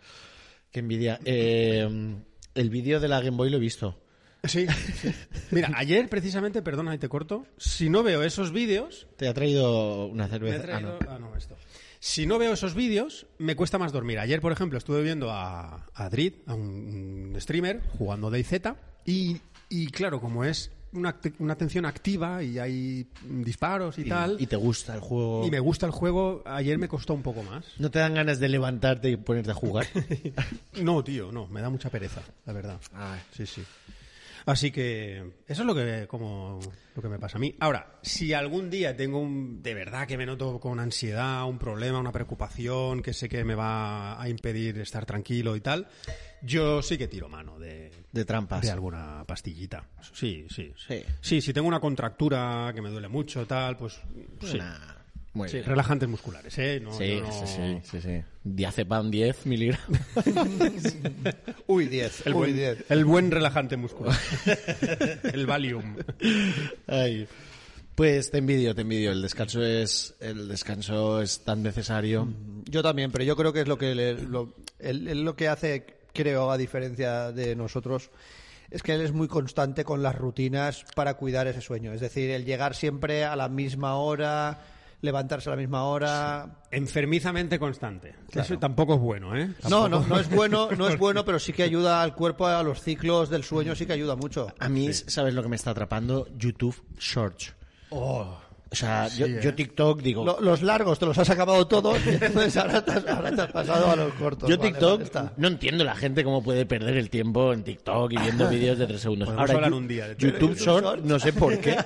Qué envidia. Eh, el vídeo de la Game Boy lo he visto. Sí. Mira, ayer precisamente, perdona y te corto, si no veo esos vídeos... Te ha traído una me he cerveza. Ah, no. traído- ah, no, esto. Si no veo esos vídeos, me cuesta más dormir. Ayer, por ejemplo, estuve viendo a, a Drid, a un, un streamer, jugando DayZ, y, y claro, como es una, act- una atención activa y hay disparos y, tal, Y te gusta el juego. y me gusta el juego, ayer me costó un poco más. ¿No te dan ganas de levantarte y ponerte a jugar? No, tío, no, me da mucha pereza, la verdad. Ay. Sí, sí. Así que eso es lo que como lo que me pasa a mí. Ahora, si algún día tengo un de verdad que me noto con ansiedad, un problema, una preocupación que sé que me va a impedir estar tranquilo y tal, yo sí que tiro mano de De trampas. de alguna pastillita. Sí, sí, sí. Sí. Sí, si tengo una contractura que me duele mucho tal, pues sí. Nah. Muy Sí, bien. relajantes musculares, ¿eh? No, Sí, yo no- sí, sí, sí, sí. Diazepam 10 miligramos. Uy, 10. El Uy, buen, 10. el buen relajante muscular. el Valium. Ay. Pues te envidio, te envidio. El descanso es, el descanso es tan necesario. Mm. Yo también, pero yo creo que es lo que le- lo, él- él lo que hace, creo, a diferencia de nosotros, es que él es muy constante con las rutinas para cuidar ese sueño. Es decir, el llegar siempre a la misma hora, levantarse a la misma hora. Enfermizamente constante. Eso tampoco es bueno, ¿eh? No, no, no es bueno, no es bueno, pero sí que ayuda al cuerpo a los ciclos del sueño, sí que ayuda mucho. A mí, ¿sabes lo que me está atrapando? YouTube Shorts. Oh, O sea, yo, ¿eh? yo TikTok digo... Lo- los largos te los has acabado todos y entonces ahora te has, ahora te has pasado a los cortos. yo Vale, TikTok vale, está. no entiendo la gente cómo puede perder el tiempo en TikTok y viendo vídeos de tres segundos. Podemos hablar Yu- un día de TikTok. YouTube Shorts, no sé por qué.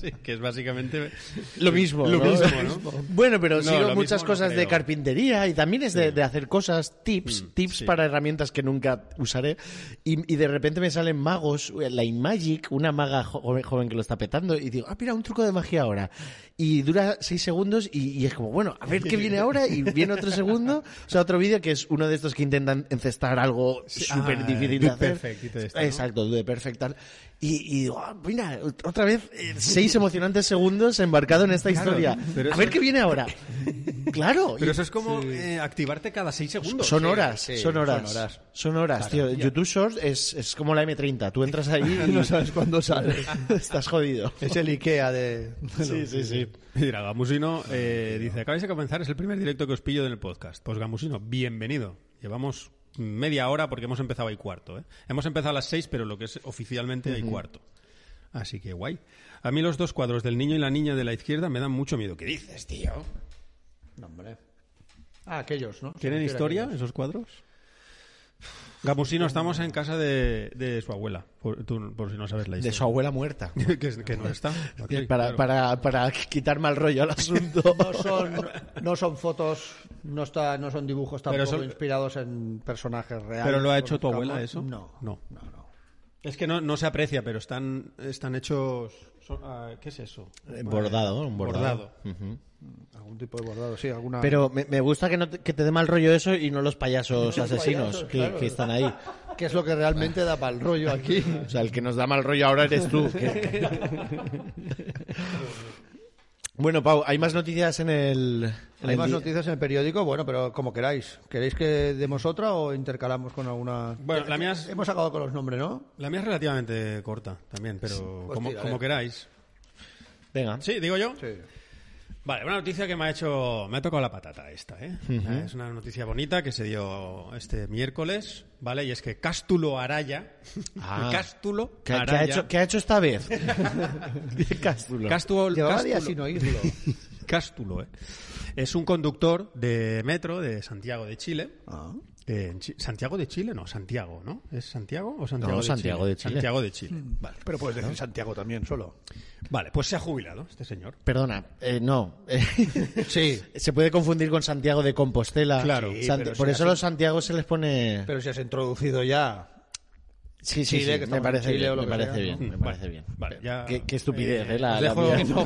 Sí, que es básicamente... Lo mismo, Lo ¿no? mismo, ¿no? Bueno, pero No, lo sigo mismo muchas no cosas de creo. Mm, carpintería y también es de, de hacer cosas, tips, tips para herramientas que nunca usaré. Y, y de repente me salen magos, la Imagic, una maga jo- joven, que lo está petando, y digo, ah, mira, un truco de magia ahora. Y dura seis segundos y, y es como, bueno, a ver qué viene ahora, y viene otro segundo. O sea, otro vídeo que es uno de estos que intentan encestar algo súper ah, difícil de Dude hacer. Perfect y todo esto, ¿no? Exacto, de Perfect tal. Y, y digo, ah, mira, otra vez eh, seis emocionantes segundos embarcado en esta Claro, historia. pero A eso- ver qué viene ahora. Claro. Pero y eso es como eh, activarte cada seis segundos. son, horas, sí, son horas, son son horas. horas. tío. YouTube Shorts es, es como la M30. Tú entras ahí y no sabes cuándo sale. estás jodido. Es el Ikea de... Sí, sí, sí. Mira, Gamusino eh, dice, acabáis de comenzar, es el primer directo que os pillo en el podcast. Pues Gamusino, bienvenido. Llevamos media hora porque hemos empezado ahí cuarto. ¿eh? Hemos empezado a las seis, pero lo que es oficialmente hay cuarto. Así que guay. A mí los dos cuadros del niño y la niña de la izquierda me dan mucho miedo. ¿Qué dices, tío? Ah, aquellos, ¿no? ¿Tienen historia esos cuadros? Gamusino, estamos en casa de, de su abuela, por, tú- por si no sabes la De historia. su abuela muerta. que, es- que no está. Aquí, Para, claro. para, para quitar mal rollo al asunto. No son, no son fotos, no, está, no son dibujos Pero tampoco son- inspirados en personajes reales. ¿Pero lo ha que hecho tu conozcamos. abuela eso? No. No. Es que no, no se aprecia, pero están, están hechos... son- ah, ¿Qué es eso? Eh, Bordado, un bordado. Algún tipo de bordado, sí, alguna... Pero me, me gusta que, no te, que te dé mal rollo eso y no los payasos asesinos payasos, que- claro. que están ahí. ¿Qué es lo que realmente da para el rollo aquí? O sea, el que nos da mal rollo ahora eres tú. bueno, Pau, hay más noticias en el. en Hay el más di- noticias en el periódico, bueno, pero como queráis. ¿Queréis que demos otra o intercalamos con alguna...? Bueno, la mía, es, Hemos acabado con los nombres, ¿no? la mía es relativamente corta también, pero como, tira, como eh. queráis. Venga. Sí, digo yo. Sí. Vale, una noticia que me ha hecho... Me ha tocado la patata esta, ¿eh? Es una noticia bonita que se dio este miércoles, ¿vale? Y es que Cástulo Araya... Ah. Cástulo ¿Qué, qué Araya... ha hecho, qué ha hecho esta vez? Dice Cástulo. Cástulo, Llevaba Cástulo- días sin oírlo. Ah. Cástulo, ¿eh? Es un conductor de metro de Santiago de Chile Eh, en Chi- Santiago de Chile, no, Santiago, ¿no? ¿Es Santiago o Santiago, No, de, Santiago Chile? de Chile. Santiago de Chile. Vale. Pero puedes decir Santiago también, solo. Vale, pues se ha jubilado este señor. Perdona, eh, no. Sí. Se puede confundir con Santiago de Compostela. Claro. Santi- Sí, pero por si eso hace- a los Santiago se les pone. Pero si has introducido ya. sí, sí, Chile, sí, que estamos me en parece Chile o bien. lo Me que parece sea, bien. Me Vale, parece bien. vale, ya- Qué, qué estupidez, eh, ¿eh? La, os la dejo-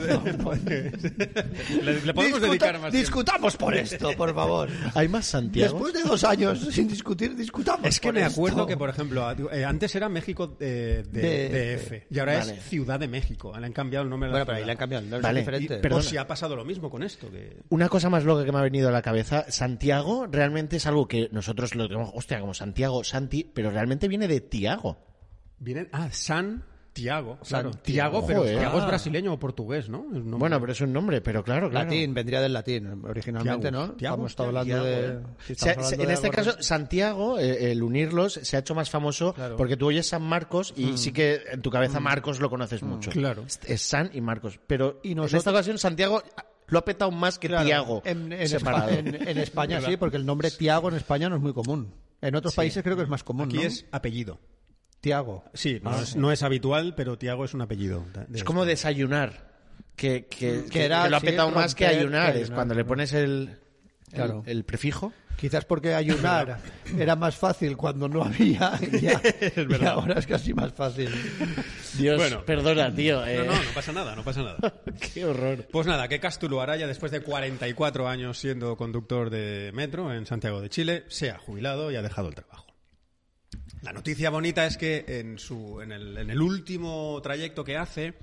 mía. le, le podemos Discuta- dedicar más tiempo. discutamos por esto, por favor. Hay más Santiago. Después de dos años sin discutir, discutamos. Es que por me esto. acuerdo que, por ejemplo, a- eh, antes era México eh, de, De- DF y ahora Vale. es Ciudad de México. Le han cambiado el nombre. a la Bueno, pero ahí ciudad. le han cambiado el nombre, Vale, es diferente. y- Pero Perdona. si ha pasado lo mismo con esto. Que... Una cosa más loca que me ha venido a la cabeza, Santiago realmente es algo que nosotros lo tenemos, hostia, como Santiago, Santi, pero realmente viene de Tiago. Vienen, ah, San Tiago. Claro, Tiago, San Tiago, pero joder. Tiago es Ah. brasileño o portugués, ¿no? Es un nombre. Bueno, pero es un nombre, pero claro, claro. Latín, vendría del latín, originalmente, Tiago, ¿no? Tiago, Hemos estado Tiago, hablando de. Tiago, si eh. Se- estamos se- hablando en de este algo caso, Santiago, eh, el unirlos, se ha hecho más famoso porque tú oyes San Marcos Mm. y sí que en tu cabeza Marcos lo conoces mucho. Claro. Es, es San y Marcos. Pero en esta ocasión Santiago lo ha petado más que Claro, Tiago En, en separado. Espa- en- en España sí, porque el nombre Tiago en España no es muy común. En otros países creo que es más común, Aquí ¿no? es apellido. Tiago. Sí, no, es, no es habitual, pero Tiago es un apellido. Es como desayunar. Que, que, que- era, que lo ha sí, petado más que romper, que ayunar. Es ayunar, cuando le pones el, el- Claro. el prefijo. Quizás porque ayunar era más fácil cuando no había. y ya- y ahora es casi más fácil. Dios, Bueno. perdona, tío. eh, No, no, no pasa nada, no pasa nada. Qué horror. Pues nada, que Castulo Araya, después de 44 años siendo conductor de metro en Santiago de Chile, se ha jubilado y ha dejado el trabajo. La noticia bonita es que en, su, en, el, en el último trayecto que hace,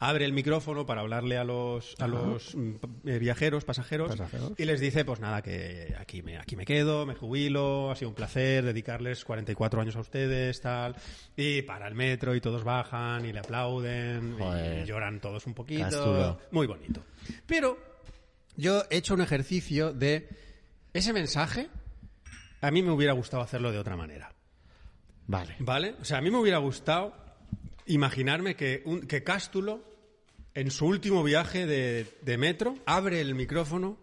abre el micrófono para hablarle a los, a los mm, p- eh, viajeros, pasajeros, y les dice, pues nada, que aquí me, aquí me quedo, me jubilo, ha sido un placer dedicarles 44 años a ustedes, tal, y para el metro y todos bajan y le aplauden, Joder. y lloran todos un poquito, Castulo. muy bonito. Pero yo he hecho un ejercicio de ese mensaje, a mí me hubiera gustado hacerlo de otra manera. Vale. ¿Vale? O sea, a mí me hubiera gustado imaginarme que, un- que Cástulo, en su último viaje de, de metro, abre el micrófono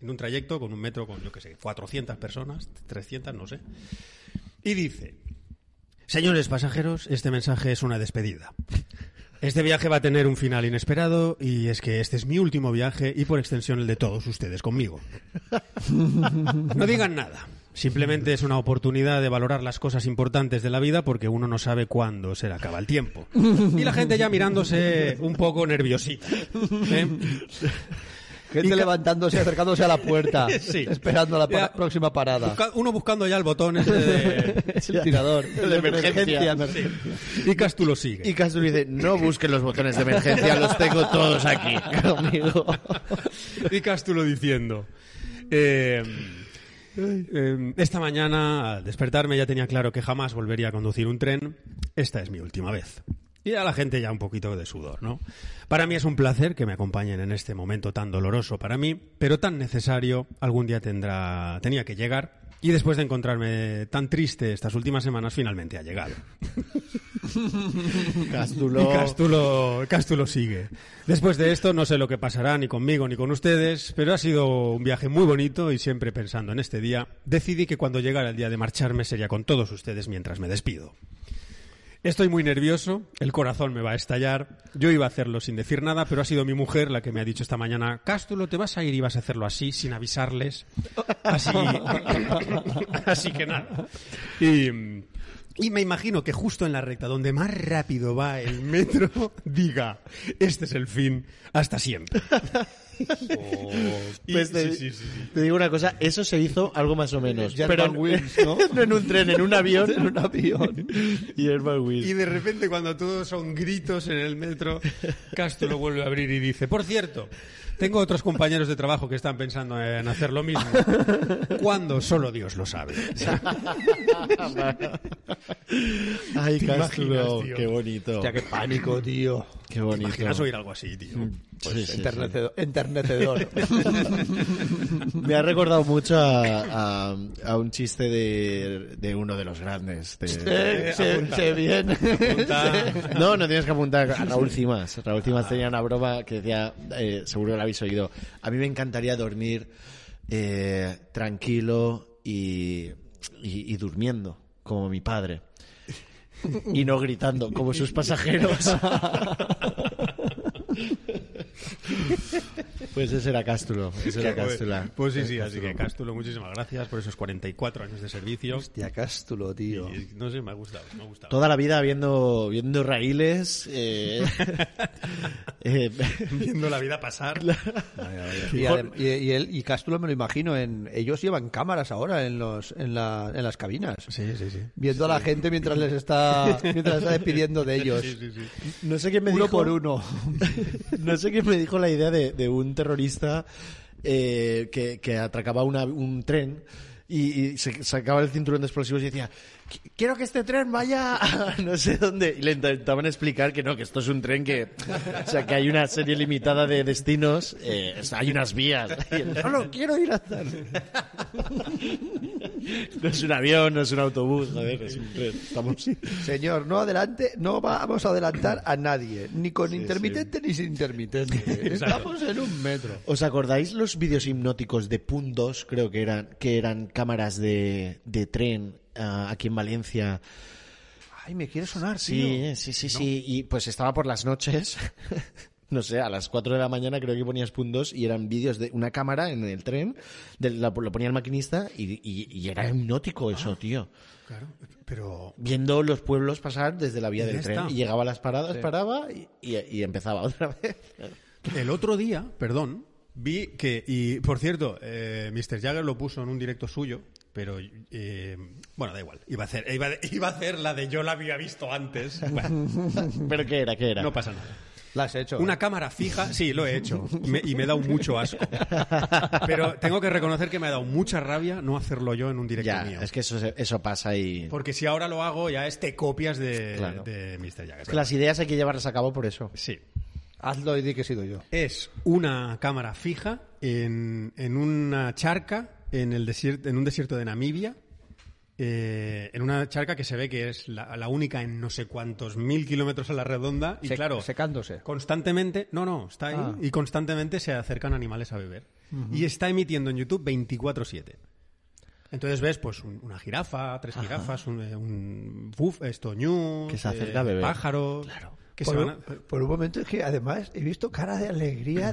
en un trayecto con un metro con, yo qué sé, 400 personas, 300, no sé, y dice, señores pasajeros, este mensaje es una despedida. Este viaje va a tener un final inesperado y es que este es mi último viaje y por extensión el de todos ustedes conmigo. No digan nada. Simplemente es una oportunidad de valorar las cosas importantes de la vida porque uno no sabe cuándo se le acaba el tiempo. Y la gente ya mirándose un poco nerviosita. ¿eh? Gente Y ca- levantándose, acercándose a la puerta, Sí. esperando la para- Ya. próxima parada. Busca- uno buscando ya el botón ese de... Es el tirador. De emergencia. Y Castulo sigue. Y Castro dice, no busquen los botones de emergencia, los tengo todos aquí conmigo. Y Castulo diciendo... eh, eh, esta mañana, al despertarme, ya tenía claro que jamás volvería a conducir un tren. Esta es mi última vez. Y a la gente ya un poquito de sudor, ¿no? Para mí es un placer que me acompañen en este momento tan doloroso para mí, pero tan necesario. Algún día tendrá, tenía que llegar. Y después de encontrarme tan triste estas últimas semanas, finalmente ha llegado. Castulo. Y Castulo, Castulo sigue. Después de esto, no sé lo que pasará ni conmigo ni con ustedes, pero ha sido un viaje muy bonito y siempre pensando en este día, decidí que cuando llegara el día de marcharme sería con todos ustedes mientras me despido. Estoy muy nervioso, el corazón me va a estallar. Yo iba a hacerlo sin decir nada, pero ha sido mi mujer la que me ha dicho esta mañana, Cástulo, te vas a ir y vas a hacerlo así, sin avisarles. Así, así que nada. Y, y me imagino que justo en la recta donde más rápido va el metro, diga, este es el fin, hasta siempre. Y- Pues te, sí, sí, sí, sí. te digo una cosa, eso se hizo algo más o menos. Jervan pero Wills, ¿no? en un tren, en un avión. en un avión. Y Jervan Wills. Y de repente cuando todos son gritos en el metro, Castro lo vuelve a abrir y dice, por cierto, tengo otros compañeros de trabajo que están pensando en hacer lo mismo. ¿Cuándo? Solo Dios lo sabe. Ay, ¿Te Castulo, imaginas, tío? qué bonito. Hostia, qué pánico, tío. Qué bonito. Imaginas oír algo así, tío. Sí, sí, sí. Enternecedor. enternecedor. Me ha recordado mucho a, a- a un chiste de, de uno de los grandes. de- Eh, se, se viene. No, no tienes que apuntar a Raúl Cimas. Raúl Cimas Ah. tenía una broma que decía, eh, seguro que la habéis oído, a mí me encantaría dormir eh, tranquilo y y, y durmiendo, como mi padre. Y no gritando, como sus pasajeros. Pues ese era Cástulo, ese era Cástula. Pues sí, Era sí, así Cástula. que Cástulo, muchísimas gracias por esos 44 años de servicio. Hostia, Cástulo, tío. Y, no sé, me ha gustado, me ha gustado. Toda la vida viendo, viendo raíles. eh, eh, Viendo la vida pasar. Y, adem- y, y él- y Cástulo me lo imagino, en, ellos llevan cámaras ahora en, los, en, la- en las cabinas. Sí, sí, sí. Viendo a la gente mientras les está, mientras está despidiendo de ellos. Sí, sí, sí. no sé qué me Uno dijo. por uno. no sé quién me dijo la idea de, de un terrorista eh, que, que atracaba una- un tren y, y se sacaba el cinturón de explosivos y decía, "Qui- quiero que este tren vaya a no sé dónde. Y le intentaban explicar que no, que esto es un tren que, o sea, que hay una serie limitada de destinos, eh, o sea, hay unas vías. Y él, no, no, quiero ir a tal. No es un avión, no es un autobús, joder, es un tren. Estamos... Señor, no adelante, no vamos a adelantar a nadie, ni con intermitente ni sin intermitente. Estamos en un metro. ¿Os acordáis los vídeos hipnóticos de Puntos? Creo que eran, que eran cámaras de, de tren ah, aquí en Valencia. Ay, me quiere sonar, Sí, eh, sí, sí, sí. Y pues estaba por las noches. No sé, a las 4 de la mañana creo que ponías puntos y eran vídeos de una cámara en el tren, de la- lo ponía el maquinista y, y- y era hipnótico eso, Ah. tío. Claro, pero Viendo los pueblos pasar desde la vía Y del ya tren. está. Y llegaba a las paradas, paraba y, y- y empezaba otra vez. El otro día, perdón, vi que, y por cierto, eh, Mr. Jagger lo puso en un directo suyo, pero eh, bueno, da igual. Iba a, hacer, iba, de- iba a hacer la de yo la había visto antes. Bueno, ¿Pero qué era? ¿Qué era? no pasa nada. La has hecho. ¿eh? Una cámara fija, sí, lo he hecho. Me- y me ha dado mucho asco. Pero tengo que reconocer que me ha dado mucha rabia no hacerlo yo en un directo ya, mío. es que eso, se- eso pasa y... Porque si ahora lo hago, ya es te copias de, Claro. de Mr. Jagger. Es que las ideas hay que llevarlas a cabo por eso. Sí. Hazlo y di que he sido yo. Es una cámara fija en, en una charca en, el desierto, en un desierto de Namibia. eh, en una charca que se ve que es la, la única en no sé cuántos mil kilómetros a la redonda. Y Se- claro, secándose. constantemente. No, no, está ahí. Ah. Y constantemente se acercan animales a beber. Y está emitiendo en YouTube 24-7. Entonces ves, pues, un- una jirafa, tres jirafas, un, eh, un buf- esto, ñu, Que se acerca a beber. pájaro. Que se por, van a- un, por un momento es que además he visto cara de alegría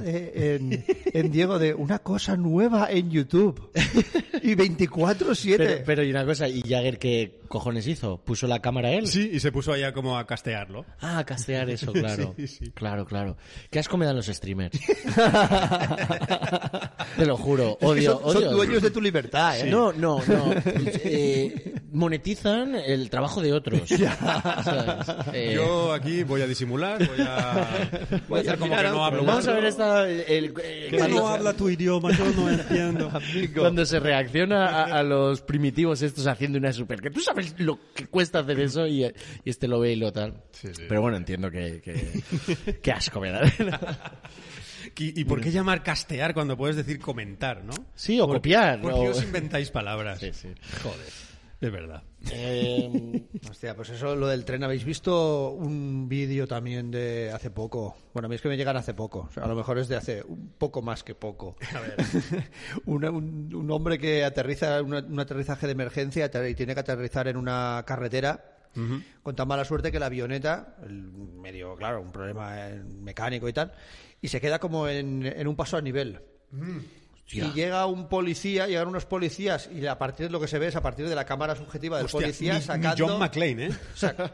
de, en, en Diego de una cosa nueva en YouTube. Y 24-7. Pero, pero y una cosa, ¿y Jagger qué cojones hizo? ¿Puso la cámara él? Sí, y se puso allá como a castearlo. Ah, a castear eso, claro. Sí, sí. Claro, claro. ¿Qué asco me dan los streamers? Te lo juro, odio, son, son odio. dueños de tu libertad, ¿eh? No, no, no. Eh, monetizan el trabajo de otros. ¿Sabes? Eh, Yo aquí voy a disimular, voy a, voy a hacer como que no hablo Vamos más. a ver esta, el- el- cuando, tu idioma? Yo no entiendo. cuando se reacciona a, a los primitivos estos haciendo una super... Que tú sabes lo que cuesta hacer eso y, y este lo ve y lo tal. Pero bueno, entiendo que... que, que asco me da. ¿Y, y por qué llamar castear cuando puedes decir comentar, no? Sí, o ¿Por- copiar, ¿Por o- qué os inventáis palabras? Sí, sí. Joder, es verdad. Em, Eh, Hostia, pues eso, lo del tren. ¿Habéis visto un vídeo también de hace poco? Bueno, a mí es que me llegan hace poco. O sea, a lo mejor es de hace un poco más que poco. A ver. un, un hombre que aterriza, un, un aterrizaje de emergencia ater- y tiene que aterrizar en una carretera. Con tan mala suerte que la avioneta, el medio, claro, un problema eh, mecánico y tal, y se queda como en, en un paso a nivel. Mm. Y llega un policía, llegan unos policías, y a partir de lo que se ve es a partir de la cámara subjetiva del Hostia, policía ni- ni sacando. John McClane, ¿eh? Sac-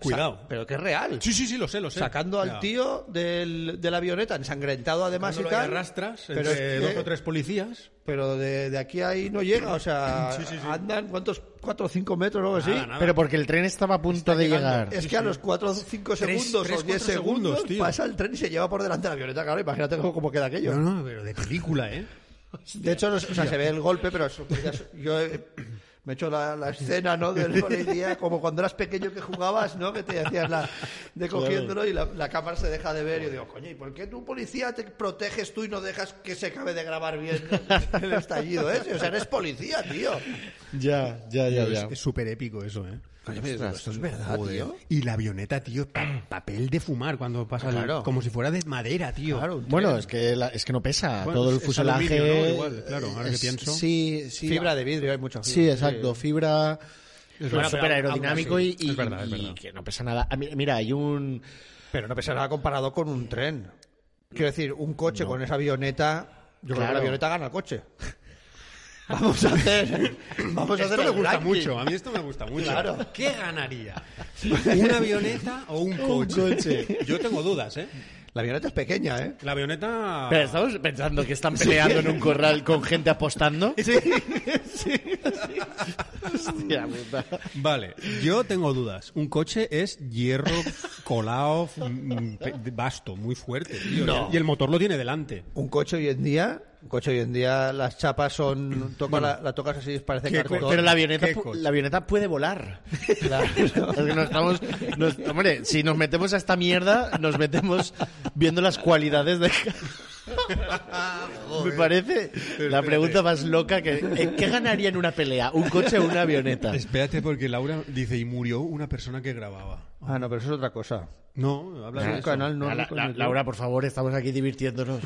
Cuidado. sac- Pero que es real. Sí, sí, sí, lo sé, lo sé. Sacando al Ya. tío del, de la avioneta, ensangrentado además Sacándolo y ahí tal. arrastras pero entre es que- dos o tres policías. Pero de, de aquí a ahí no llega, o sea, Sí, sí, sí. andan cuántos, cuatro o cinco metros o algo así. Nada, nada. pero porque el tren estaba a punto de llegar. Es que a los 4 o 5 Tres- segundos tres, o 10 cuatro segundos, segundos, tío. pasa el tren y se lleva por delante la avioneta. Claro, imagínate cómo, cómo queda aquello. No, no, pero de película, ¿eh? De hecho, no- o sea, se ve el golpe, pero eso, pues ya es- yo he- me he hecho la, la escena, ¿no? Del policía, como cuando eras pequeño que jugabas, ¿no? Que te hacías la de cogiéndolo y la, la cámara se deja de ver. Y yo digo, coño, ¿y por qué tú, policía, te proteges tú y no dejas que se acabe de grabar bien el eh? estallido ese? O sea, eres policía, tío. Ya, ya, ya, Es- Es súper épico eso, ¿eh? Yo me digo, Ostras, esto es verdad, tío. Y la avioneta, tío, pa- papel de fumar cuando pasa, el- Claro. como si fuera de madera, tío. Claro, un Bueno, tren. es que, la- es que no pesa. Bueno, Todo el es- es aluminio, fuselaje. ¿no? Igual, claro, ahora que es- pienso. Sí, sí. fibra de vidrio, hay mucha fibra. Sí, exacto. Fibra. Es verdad. súper aerodinámico y, y- Es verdad, es y verdad. que no pesa nada. A mí- Mira, hay un. Pero no pesa nada comparado con un tren. Quiero decir, un coche con esa avioneta. Yo creo que Claro. la avioneta gana el coche. Vamos a hacer. Vamos a hacer Esto me el gusta ranking. mucho, a mí esto me gusta mucho. Claro. ¿Qué ganaría? ¿Una avioneta o un coche? Yo tengo dudas, ¿eh? La avioneta es pequeña, ¿eh? La avioneta... Pero estamos pensando que están peleando en un corral con gente apostando. Sí. Hostia, puta. Vale, yo tengo dudas. Un coche es hierro colado, f- mm, pe- de- vasto, muy fuerte. tío. ¿eh? Y el motor lo tiene delante. Un coche hoy en día. Un coche hoy en día, las chapas son. Toca la, la tocas así, parece ¿Qué cartón. co- Pero la avioneta, ¿Qué pu- coche? la avioneta puede volar. Claro. Es que nos estamos, nos- hombre, si nos metemos a esta mierda, nos metemos viendo las cualidades de. Me parece la pregunta más loca que. ¿eh, ¿Qué ganaría en una pelea? ¿Un coche o una avioneta? Espérate, porque Laura dice, y murió una persona que grababa. Ah, no, pero eso es otra cosa. No, habla Es de un eso. canal no. La- la- con la- YouTube. Laura, por favor, estamos aquí divirtiéndonos.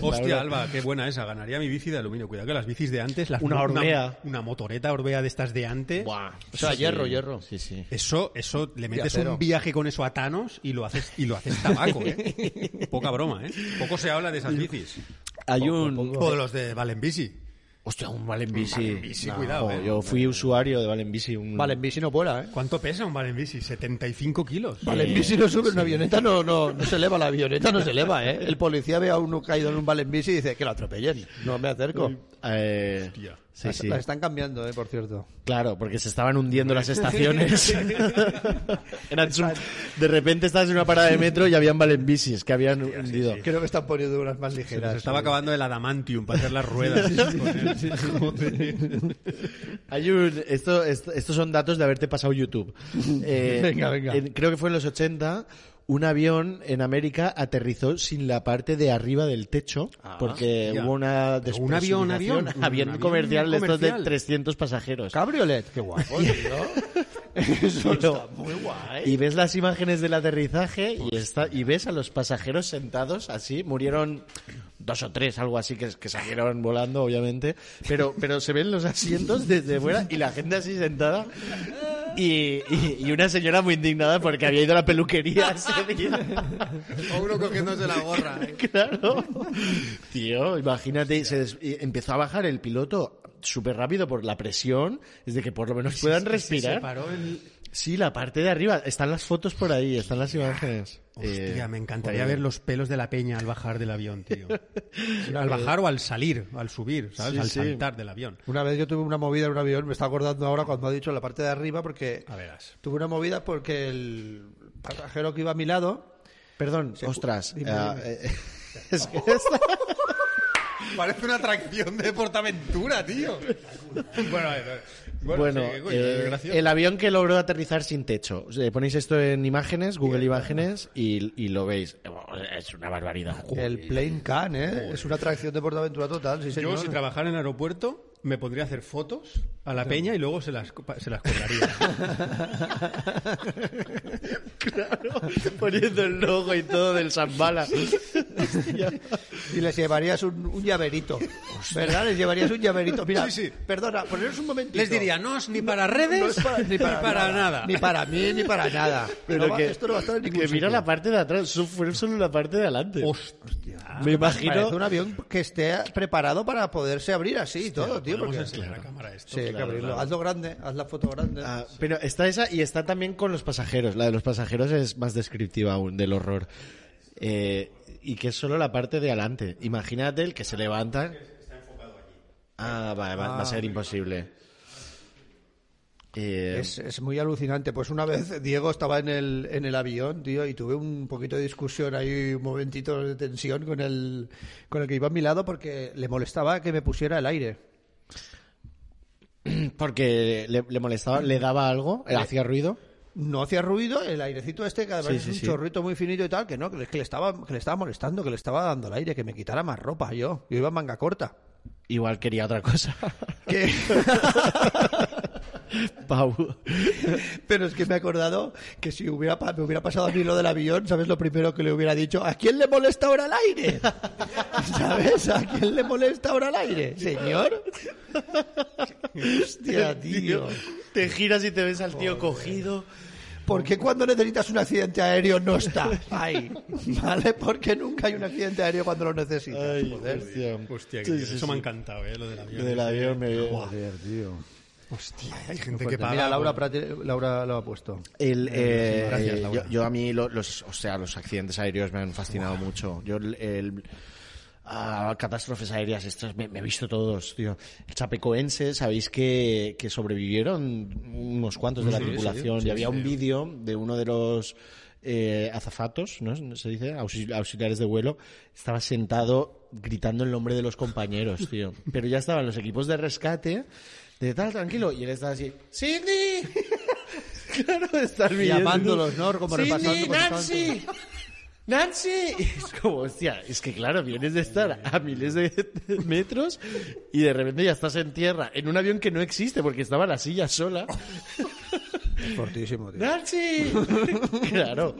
Hostia, Alba, qué buena esa. Ganaría mi bici de aluminio. Cuidado que las bicis de antes... Las Una Orbea. Una, motoreta Orbea de estas de antes. O sea, hierro, hierro. Sí, sí. Eso, eso, le metes acero. un viaje con eso a Thanos y lo haces, y lo haces tabaco, ¿eh? Poca broma, ¿eh? Poco se habla de esas bicis. Hay un. O de los de Valenbici. Hostia, un Valenbici. Valenbici, cuidado, eh. Yo fui usuario de Valenbici. Un... Vale, en bici no vuela, ¿eh? ¿Cuánto pesa un Valenbici? 75 kilos. Vale, en bici no sube una avioneta, no, no, no se eleva, la avioneta no se eleva, ¿eh? El policía ve a uno caído en un vale en bici y dice que lo atropellen, no me acerco. Eh, Hostia. sí, Las- sí. Las están cambiando, ¿eh? Por cierto. Claro, porque se estaban hundiendo las estaciones. Eran su- De repente estabas en una parada de metro y habían valenbicis que habían hundido. Creo que están poniendo unas más Se nos ligeras. estaba acabando el adamantium para hacer las ruedas. Joder. Hay un- esto, esto- estos son datos de haberte pasado YouTube. Eh, Venga, venga. en- creo que fue en los 80. Un avión en América aterrizó sin la parte de arriba del techo porque hostia. hubo una Pero un avión, un avión, despresurización. un avión comercial de estos de comercial. 300 pasajeros. Cabriolet, qué guapo, tío. Eso está muy guay. Y ves las imágenes del aterrizaje y, está, y ves a los pasajeros sentados así. Murieron dos o tres, algo así, que, que salieron volando, obviamente. Pero, pero se ven los asientos desde fuera y la gente así sentada. Y, y- y una señora muy indignada porque había ido a la peluquería ese día. O uno cogiéndose la gorra. ¿eh? Claro. Tío, imagínate, se des- y empezó a bajar el piloto súper rápido por la presión, es de que por lo menos puedan respirar. Se paró el... Sí, la parte de arriba. Están las fotos por ahí, están las imágenes. Hostia, Eh, me encantaría joder. ver los pelos de la peña al bajar del avión, tío. Al bajar o al salir, al subir, ¿sabes? Sí, al sí. saltar del avión. Una vez yo tuve una movida en un avión, me está acordando ahora cuando ha dicho la parte de arriba, porque A verás. tuve una movida porque el pasajero que iba a mi lado Perdón, ostras. dime, ah, dime. eh, es que esta- Parece una atracción de Portaventura, tío. Bueno, a ver, bueno, Bueno, sí, coño, eh, desgraciado. el avión que logró aterrizar sin techo. O sea, Ponéis esto en imágenes, Google Imágenes, y, y lo veis. Oh, Es una barbaridad. El Plane Can, ¿eh? Es una atracción de Portaventura total, sí Yo, señor. si trabajara en el aeropuerto, me pondría a hacer fotos a la peña y luego se las, co- se las colgaría. Claro, poniendo el logo y todo del Zambala. Y les llevarías un, un llaverito. ¿Verdad? Les llevarías un llaverito. Mira, Sí, sí. perdona, poneros un momentito. Les diría, no es ni para redes No es para- ni para, nada. Ni para mí, ni para nada. Pero No va- que, esto no va a estar en ningún que mira sitio. la parte de atrás, eso fue solo la parte de adelante. Hostia. Me Parece imagino un avión que esté preparado para poderse abrir así y todo, tío. Vamos a Porque... enseñar a cámara esto. Sí, hay que abrirlo. Hazlo grande, haz la foto grande. Ah, pero está esa y está también con los pasajeros. La de los pasajeros es más descriptiva aún del horror. Eh, y que es solo la parte de adelante. Imagínate el que se levanta. Ah, vale, va, va a ser imposible. Eh, Es, es muy alucinante. Pues una vez Diego estaba en el, en el avión, tío, y tuve un poquito de discusión ahí, un momentito de tensión con el, con el que iba a mi lado porque le molestaba que me pusiera el aire. porque le, le molestaba, le daba algo, le hacía ruido. No hacía ruido, el airecito este, que además Sí, es sí, un sí. chorrito muy finito y tal, que no, que, le- que le estaba, que le estaba molestando, que le estaba dando el aire, que me quitara más ropa yo. Yo iba en manga corta. Igual quería otra cosa. ¿Qué? Pau. Pero es que me he acordado que si hubiera pa- me hubiera pasado a mí lo del avión, ¿sabes lo primero que le hubiera dicho? ¿A quién le molesta ahora el aire? ¿Sabes? ¿A quién le molesta ahora el aire? Señor. Hostia, tío. Te giras y te ves al tío cogido. ¿Por qué cuando necesitas un accidente aéreo no está ahí? ¿Vale? Porque nunca hay un accidente aéreo cuando lo necesitas. joder. Hostia, Sí, que- sí, eso sí. me ha encantado, ¿eh? Lo del avión. Del avión me Buah. tío. Hostia, hay gente que Fuerte. paga. Mira, Laura, por- Prati- Laura lo ha puesto. El, eh, gracias, eh, Laura. yo, yo a mí lo- los, o sea, los accidentes aéreos me han fascinado mucho. Yo el, el- ah, catástrofes aéreas estas me, me he visto todos, tío. El chapecoense, sabéis que, que sobrevivieron unos cuantos de la tripulación. y había un vídeo de uno de los eh, azafatos, ¿no? Se dice, Auxil- auxiliares de vuelo, estaba sentado gritando el nombre de los compañeros, tío. Pero ya estaban los equipos de rescate. De tal, tranquilo. Y él estaba así, ¡Sidney! Claro, estar viendo. llamándolos, ¿no? Como Cindy, repasando, como Nancy. Nancy. Y es como, hostia, es que claro, vienes de estar a miles de metros y de repente ya estás en tierra, en un avión que no existe porque estaba la silla sola. Fortísimo, tío. Nancy. Claro.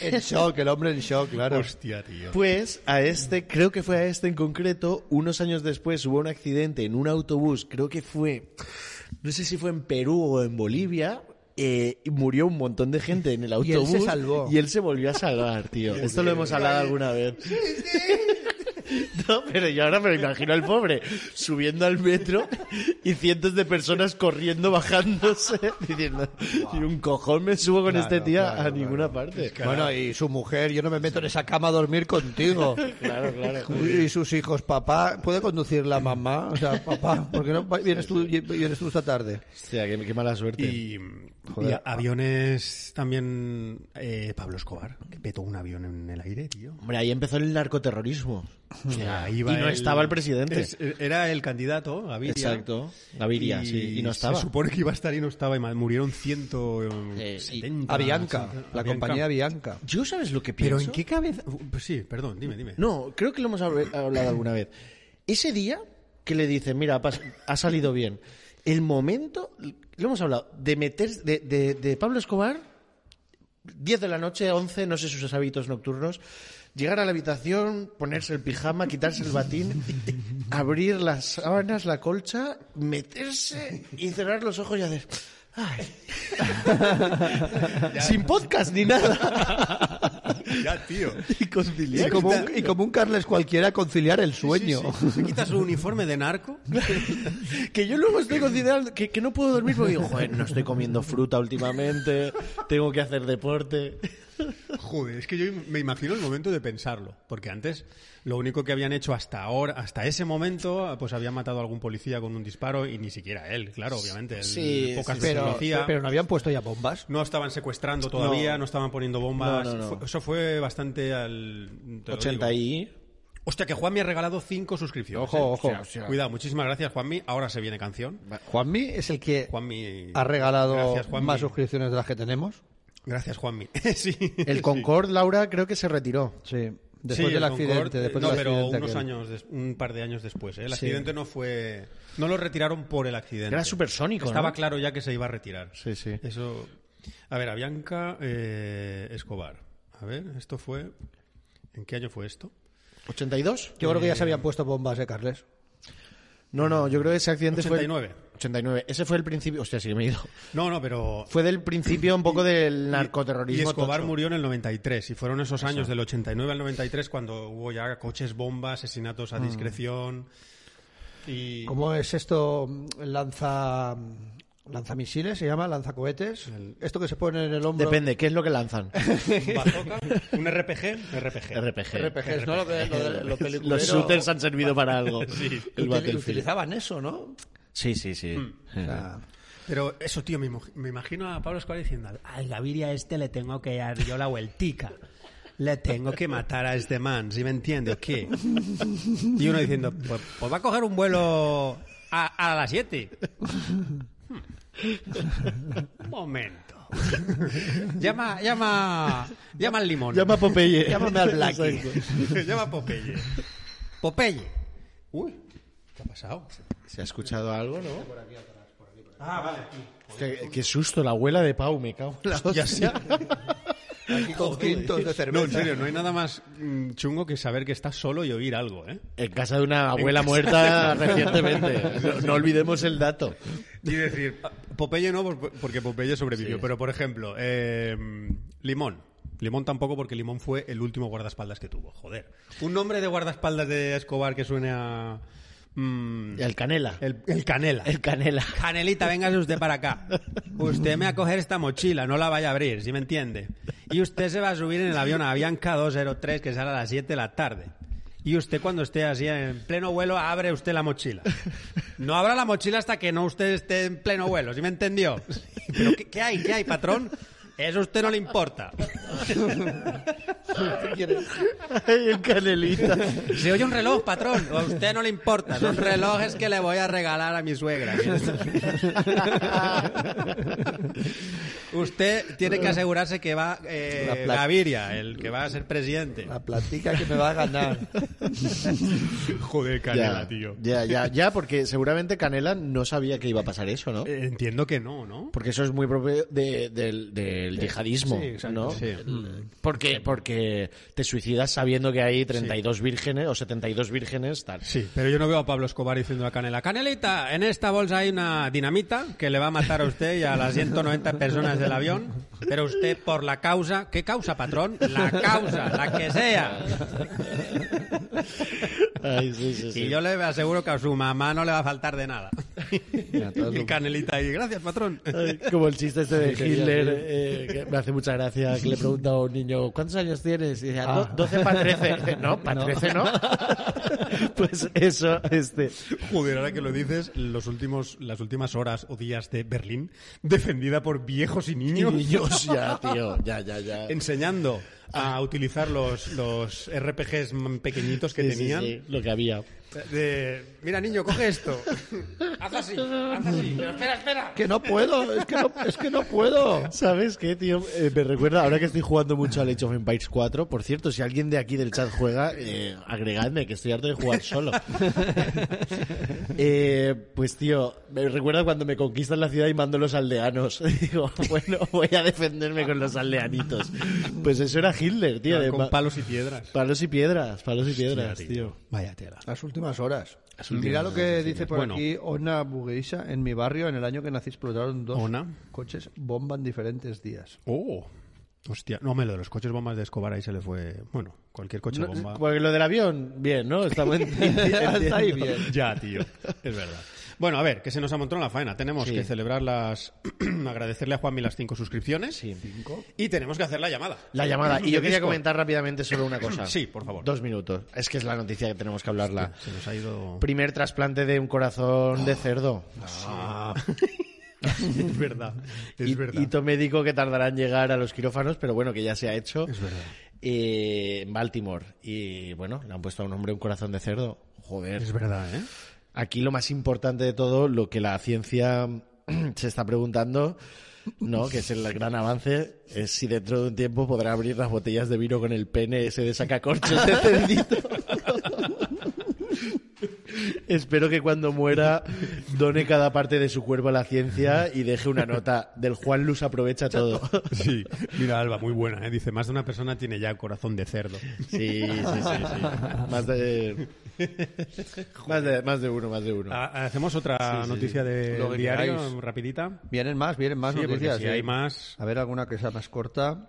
En shock, el hombre en shock, claro. Hostia, tío. Pues a este, creo que fue a este en concreto, unos años después hubo un accidente en un autobús, creo que fue, no sé si fue en Perú o en Bolivia, eh, y murió un montón de gente en el Y él autobús. se salvó. Y él se volvió a salvar, tío. Esto lo hemos hablado alguna vez. No, pero yo ahora me lo imagino al pobre subiendo al metro y cientos de personas corriendo, bajándose, diciendo, "Ni un cojón me subo con este tío a ninguna parte. Bueno, y su mujer, yo no me meto en esa cama a dormir contigo. Claro, claro. Y sus hijos, papá, ¿puede conducir la mamá? O sea, papá, ¿por qué no va- vienes tú, vienes tú esta tarde? Hostia, qué, qué mala suerte. Y, y a- aviones también. eh, Pablo Escobar, que petó un avión en el aire, tío. Hombre, ahí empezó el narcoterrorismo. O sea, ahí y va no estaba el presidente. Es- era el candidato, Gaviria. Exacto. Gaviria, sí. Y no estaba. Se supone que iba a estar y no estaba. Y ma- murieron 170. Sí, y- Ah, Avianca, la compañía Avianca. Yo sabes lo que pienso. Pero ¿en qué cabeza? Pues sí, perdón, dime, dime. No, creo que lo hemos hab- hablado alguna vez. Ese día que le dicen, mira, pas- ha salido bien. El momento, lo hemos hablado, de meter, de, de- de Pablo Escobar, 10 de la noche, 11, no sé sus hábitos nocturnos, llegar a la habitación, ponerse el pijama, quitarse el batín, abrir las sábanas, la colcha, meterse y cerrar los ojos y hacer... "Ay". Sin podcast ni nada. Ya, tío. y conciliar. Y como, un, y como un Carles cualquiera, conciliar el sueño. ¿Te quitas un uniforme de narco? Que yo luego estoy considerando que, que no puedo dormir porque digo, joder, no estoy comiendo fruta últimamente, tengo que hacer deporte. Joder, es que yo me imagino el momento de pensarlo, porque antes lo único que habían hecho hasta ahora, hasta ese momento, pues habían matado a algún policía con un disparo y ni siquiera él, claro, obviamente, él Sí, pocas sí, veces lo Pero, hacía. pero no habían puesto ya bombas. No estaban secuestrando todavía, no, estaban poniendo bombas. No, no, no. Fue- eso fue bastante al. te lo 80 digo. y... Hostia, que Juanmi ha regalado cinco suscripciones. Ojo, eh. ojo. Cuidado, muchísimas gracias, Juanmi. Ahora se viene canción. Juanmi es el que Juanmi. ha regalado Gracias, Juanmi. más suscripciones de las que tenemos. Gracias, Juanmi. sí. El Concorde, Laura, creo que se retiró. Sí, después Sí, del el Concorde, accidente. Después no, del pero accidente unos aquel. años, des- un par de años después. ¿eh? El Sí. accidente no fue, no lo retiraron por el accidente. Era supersónico, ¿no? Estaba claro ya que se iba a retirar. Sí, sí. Eso. A ver, Avianca eh, Escobar. A ver, esto fue. ¿En qué año fue esto? ¿82? Yo creo que ya se habían puesto bombas, ¿eh, Carles? No, no, yo creo que ese accidente fue... 89. 89. Ese fue el principio... Hostia, sí que me he ido. No, no, pero. Fue del principio un poco del narcoterrorismo. Y Escobar tocho. murió en el 93 y fueron esos años del 89 al 93 cuando hubo ya coches bomba, asesinatos a discreción y Mm. ¿Cómo es esto? mm, Lanza. Lanzamisiles, se llama, lanzacohetes. Esto que se pone en el hombro. Depende, ¿qué es lo que lanzan? bazooka, un RPG, RPG. RPG. RPGs, ¿no? Lo que- lo de- lo peliculero. Los shooters han servido para algo. El Util- Battlefield. utilizaban eso, ¿no? Sí, sí, sí. Mm. Ah. Pero eso, tío, me, imo- me imagino a Pablo Escobar diciendo, al Gaviria este le tengo que dar yo la vueltica. Le tengo que matar a este man, si me entiende o qué? Y uno diciendo, pues, pues va a coger un vuelo a, a las 7. Momento. Llama, llama, llama al limón. Llama a Popeye. Llámame al Blacky. Llama a Popeye. Popeye. Uy, ¿Qué ha pasado? ¿Se ha escuchado algo, no? Ah, vale. Qué, qué susto, la abuela de Pau, me cago en la hostia. Aquí con quintos de No, cerveza. en serio, no hay nada más mm, chungo que saber que estás solo y oír algo, ¿eh? En casa de una abuela muerta recientemente. No, no olvidemos el dato. Y decir, Ah, Popeye no, por- porque Popeye sobrevivió. Pero, por ejemplo, eh, Limón. Limón tampoco, porque Limón fue el último guardaespaldas que tuvo. Joder. Un nombre de guardaespaldas de Escobar que suene a. mm, El canela. el, el Canela. El canela. Canelita, véngase usted para acá. Usted me va a coger esta mochila, no la vaya a abrir, ¿sí me entiende? Y usted se va a subir en el avión Avianca 203 que sale a las 7 de la tarde. Y usted cuando esté así en pleno vuelo, abre usted la mochila. No abra la mochila hasta que no usted esté en pleno vuelo, ¿sí me entendió? ¿Pero qué, qué hay? ¿Qué hay, patrón? Eso a usted no le importa. El canelita. Se oye un reloj, patrón. A usted no le importa. Son relojes que le voy a regalar a mi suegra. usted tiene que asegurarse que va eh, La pla- Gaviria, el que va a ser presidente. La platica que me va a ganar. Joder, ya, ya, ya, ya, porque seguramente Canela no sabía que iba a pasar eso, ¿no? Eh. Entiendo que no, ¿no? Porque eso es muy propio de- del, del yihadismo, sí, exacto, ¿no? sí. Mm. Porque, porque te suicidas sabiendo que hay 32 vírgenes o 72 vírgenes, tal. Sí, pero yo no veo a Pablo Escobar diciendo a Canela, Canelita, en esta bolsa hay una dinamita que le va a matar a usted y a las 190 personas del avión, pero usted por la causa, ¿qué causa, patrón? La causa, la que sea. Ay, sí, sí, sí. Y yo le aseguro que a su mamá no le va a faltar de nada. Y Canelita ahí, gracias, patrón. Ay, Como el chiste este de Hitler, eh, que me hace mucha gracia, que le pregunta a un niño, ¿cuántos años tienes? Y dice, "Ah, do- 12 para 13. Dice, No, para 13 no. pues eso, este. Joder, ahora que lo dices, los últimos, las últimas horas o días de Berlín, defendida por viejos y Y niños, niños, ya, tío, ya, ya, ya. enseñando a utilizar los, los RPGs m- pequeñitos que Sí, sí, tenían. sí, lo que había. De, mira, niño, coge esto. haz así, haz así. Pero espera, espera. Que no puedo, es que no, es que no puedo. ¿Sabes qué, tío? Eh, me recuerda, ahora que estoy jugando mucho al Age of Empires 4, por cierto, si alguien de aquí del chat juega, eh, agregadme, que estoy harto de jugar solo. Eh, pues, tío, me recuerda cuando me conquistan la ciudad y mando los aldeanos. Digo, bueno, voy a defenderme con los aldeanitos. Pues eso era Hitler, tío. de Con ma- palos y piedras. palos y piedras, palos y piedras, tío. Vaya tela. Las últimas horas. Mira lo que dice por Bueno. aquí Ona Bugueisa. En mi barrio, en el año que nací, explotaron dos Ona. coches bomba en diferentes días. Oh. Hostia, no, me lo de los coches bombas de Escobar ahí se le fue. Bueno, cualquier coche No, bomba. porque lo del avión, bien, ¿no? Estamos Hasta ahí bien. Ya, tío, es verdad. Bueno, a ver, que se nos amontonó la faena. Tenemos Sí. que celebrar las. agradecerle a Juanmi las cinco suscripciones. Sí. Y tenemos que hacer la llamada. La llamada. Y yo El quería Discord. comentar rápidamente solo una cosa. Sí, por favor. Dos minutos. Es que es la noticia que tenemos que hablarla. Se nos ha ido. Primer trasplante de un corazón de cerdo. Ah. es verdad. Es Hi- verdad. Hito médico que tardará en llegar a los quirófanos, pero bueno, que ya se ha hecho. Es verdad. Eh, en Baltimore. Y bueno, le han puesto a un hombre un corazón de cerdo. Joder. Es verdad, ¿eh? Aquí lo más importante de todo, lo que la ciencia se está preguntando, ¿no? Que es el gran avance, es si dentro de un tiempo podrá abrir las botellas de vino con el pene ese de sacacorchos de cerdito. Espero que cuando muera done cada parte de su cuerpo a la ciencia y deje una nota del Juan Luz aprovecha todo. Sí. Mira, Alba, muy buena, ¿eh? Dice: Más de una persona tiene ya corazón de cerdo. Sí, sí, sí, sí. Más de, más de, más de uno, más de uno. Ah, Hacemos otra noticia de Lo que diario, queráis. rapidita. Vienen más, vienen más Sí, porque noticias. si ¿eh? hay más. A ver, alguna que sea más corta.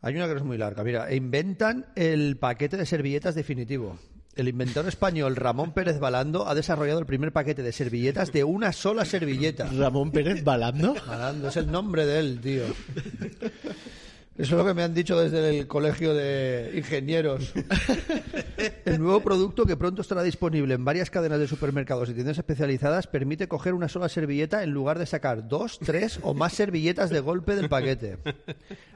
Hay una que no es muy larga. Mira, inventan el paquete de servilletas definitivo. El inventor español Ramón Pérez Balando ha desarrollado el primer paquete de servilletas de una sola servilleta. Ramón Pérez balando. Balando, es el nombre de él, tío. Eso es lo que me han dicho desde el colegio de ingenieros. El nuevo producto que pronto estará disponible en varias cadenas de supermercados y tiendas especializadas permite coger una sola servilleta en lugar de sacar dos, tres o más servilletas de golpe del paquete.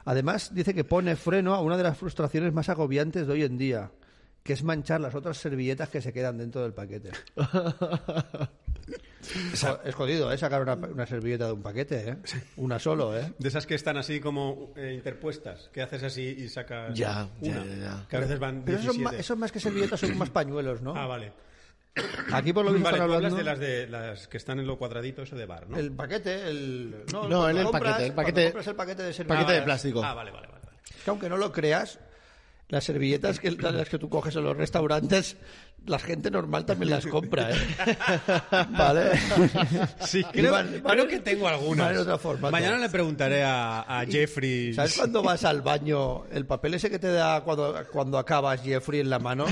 Además, dice que pone freno a una de las frustraciones más agobiantes de hoy en día, que es manchar las otras servilletas que se quedan dentro del paquete. Jo- Es jodido, ¿eh? Sacar una, una servilleta de un paquete, ¿eh? Una solo, ¿eh? De esas que están así como eh, interpuestas, que haces así y sacas Ya, ya, una, ya, ya. que a veces van Pero eso 17. es más, eso es más que servilletas, son más pañuelos, ¿no? Ah, vale. Aquí por lo visto Vale, están tú hablas hablando... de las, de las que están en lo cuadradito, eso de bar, ¿no? El paquete, el. No, No, cuando el- el compras- paquete, el cuando paquete- compras el paquete de paquete servilletas. de plástico. Ah, vale, vale, vale. vale. Que aunque no lo creas, las servilletas que las que tú coges en los restaurantes, la gente normal también las compra, ¿eh? ¿Vale? Sí, Y creo, van- creo que tengo algunas. van en otro formato. Mañana le preguntaré a, a Jeffrey. ¿Sabes cuando vas al baño, el papel ese que te da cuando, cuando acabas Jeffrey en la mano?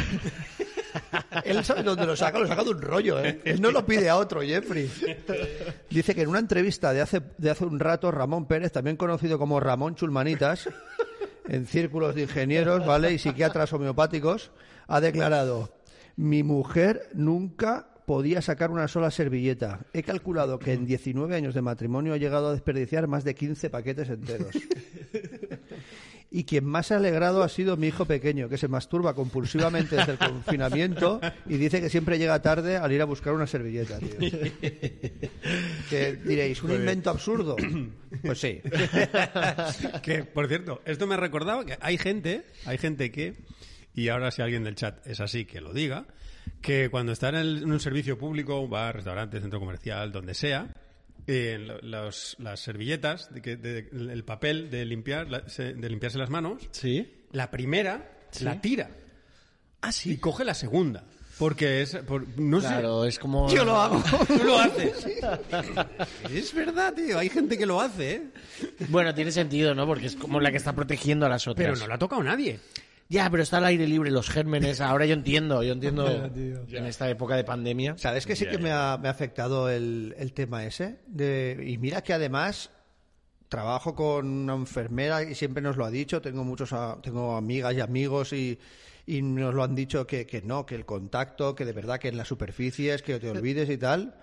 Él sabe dónde lo saca, lo saca de un rollo, ¿eh? Él no lo pide a otro, Jeffrey. Dice que en una entrevista de hace, de hace un rato, Ramón Pérez, también conocido como Ramón Chulmanitas, en círculos de ingenieros, ¿vale? Y psiquiatras homeopáticos, ha declarado, mi mujer nunca podía sacar una sola servilleta. He calculado que en 19 años de matrimonio ha llegado a desperdiciar más de 15 paquetes enteros. Y quien más se ha alegrado ha sido mi hijo pequeño, que se masturba compulsivamente desde el confinamiento y dice que siempre llega tarde al ir a buscar una servilleta, tío. Que diréis, un invento absurdo. Pues sí. que, por cierto, esto me ha recordado que hay gente, hay gente que, y ahora si alguien del chat es así, que lo diga, que cuando está en, el- en un servicio público, un bar, restaurante, centro comercial, donde sea, eh, lo- los- las servilletas, de que- de- el papel de, limpiar, la- se- de limpiarse las manos, Sí. la primera la tira. Ah, sí. Y coge la segunda. Porque es. por- no Claro, es como. sé. hago. Tú lo haces. es verdad, tío. Hay gente que lo hace, ¿eh? Bueno, tiene sentido, ¿no? Porque es como la que está protegiendo a las otras. Pero no lo ha tocado nadie. Ya, pero está al aire libre, los gérmenes. Ahora yo entiendo, yo entiendo en esta época de pandemia. ¿Sabes que sí que me ha, me ha afectado el, el tema ese? De- y mira que además trabajo con una enfermera y siempre nos lo ha dicho, tengo muchos a- tengo amigas y amigos y, y nos lo han dicho que, que no, que el contacto, que de verdad que en las superficies, que te olvides y tal.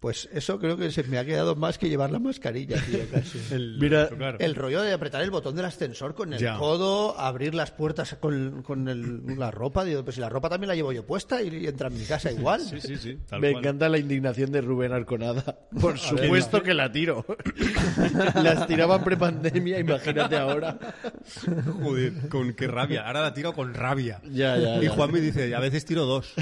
Pues eso creo que se me ha quedado más que llevar la mascarilla, tío, casi. El, Mira, claro. El rollo de apretar el botón del ascensor con el Ya. codo, abrir las puertas con, con el- la ropa. Digo, pues si la ropa también la llevo yo puesta y, entra en mi casa igual. Sí, sí, tal Me cual. encanta la indignación de Rubén Arconada. Por supuesto que la tiro. Las tiraban prepandemia, imagínate ahora. Joder, con qué rabia. Ahora la tiro con rabia. Ya, ya, Y ya. Juan me dice, a veces tiro dos.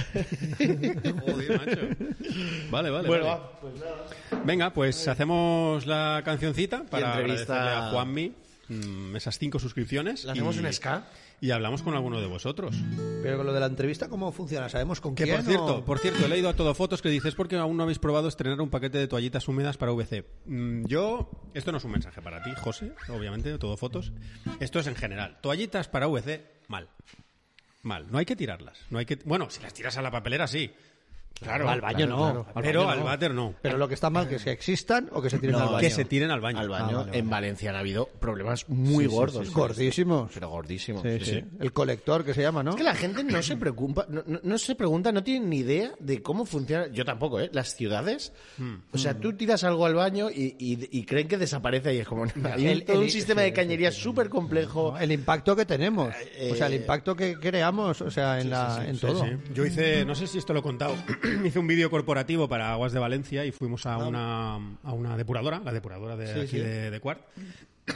Joder, macho. Vale, vale. Bueno, vale. va, pues Venga, pues hacemos la cancioncita para entrevista- agradecerle a Juanmi mm, esas cinco suscripciones. ¿Le hacemos y- un ska? Y hablamos con alguno de vosotros. Pero con lo de la entrevista, ¿cómo funciona? ¿Sabemos con Que quién? por cierto, o- por cierto, he leído a todo fotos que dices porque aún no habéis probado estrenar un paquete de toallitas húmedas para VC. Mm, Yo, esto no es un mensaje para ti, José, obviamente, de todo fotos. Esto es en general. Toallitas para VC, mal. Mal. No hay que tirarlas. No hay que. Bueno, si las tiras a la papelera, sí. Claro. al baño no. Al Pero baño al no. váter no. Pero lo que está mal que se existan o que se tiren al baño. Que se tiren al baño. Ah, Al Ah, baño. En Valencia han habido problemas muy gordos. Gordísimos. Pero gordísimos. Sí, sí. El colector que se llama, ¿no? Es que la gente no se preocupa, no, no- no se pregunta, no tiene ni idea de cómo funcionan, yo tampoco, ¿eh? Las ciudades. O sea, tú tiras algo al baño y, y- y creen que desaparece y es como... Hay un, el- todo un el- sistema de cañería súper complejo. El impacto que tenemos. o sea, el impacto que creamos, o sea, en, la, en Eh, Sí, todo. sí. Yo hice, no sé si esto lo he contado, hice un vídeo corporativo para Aguas de Valencia y fuimos a una, a una depuradora, la depuradora de aquí de, de Quart,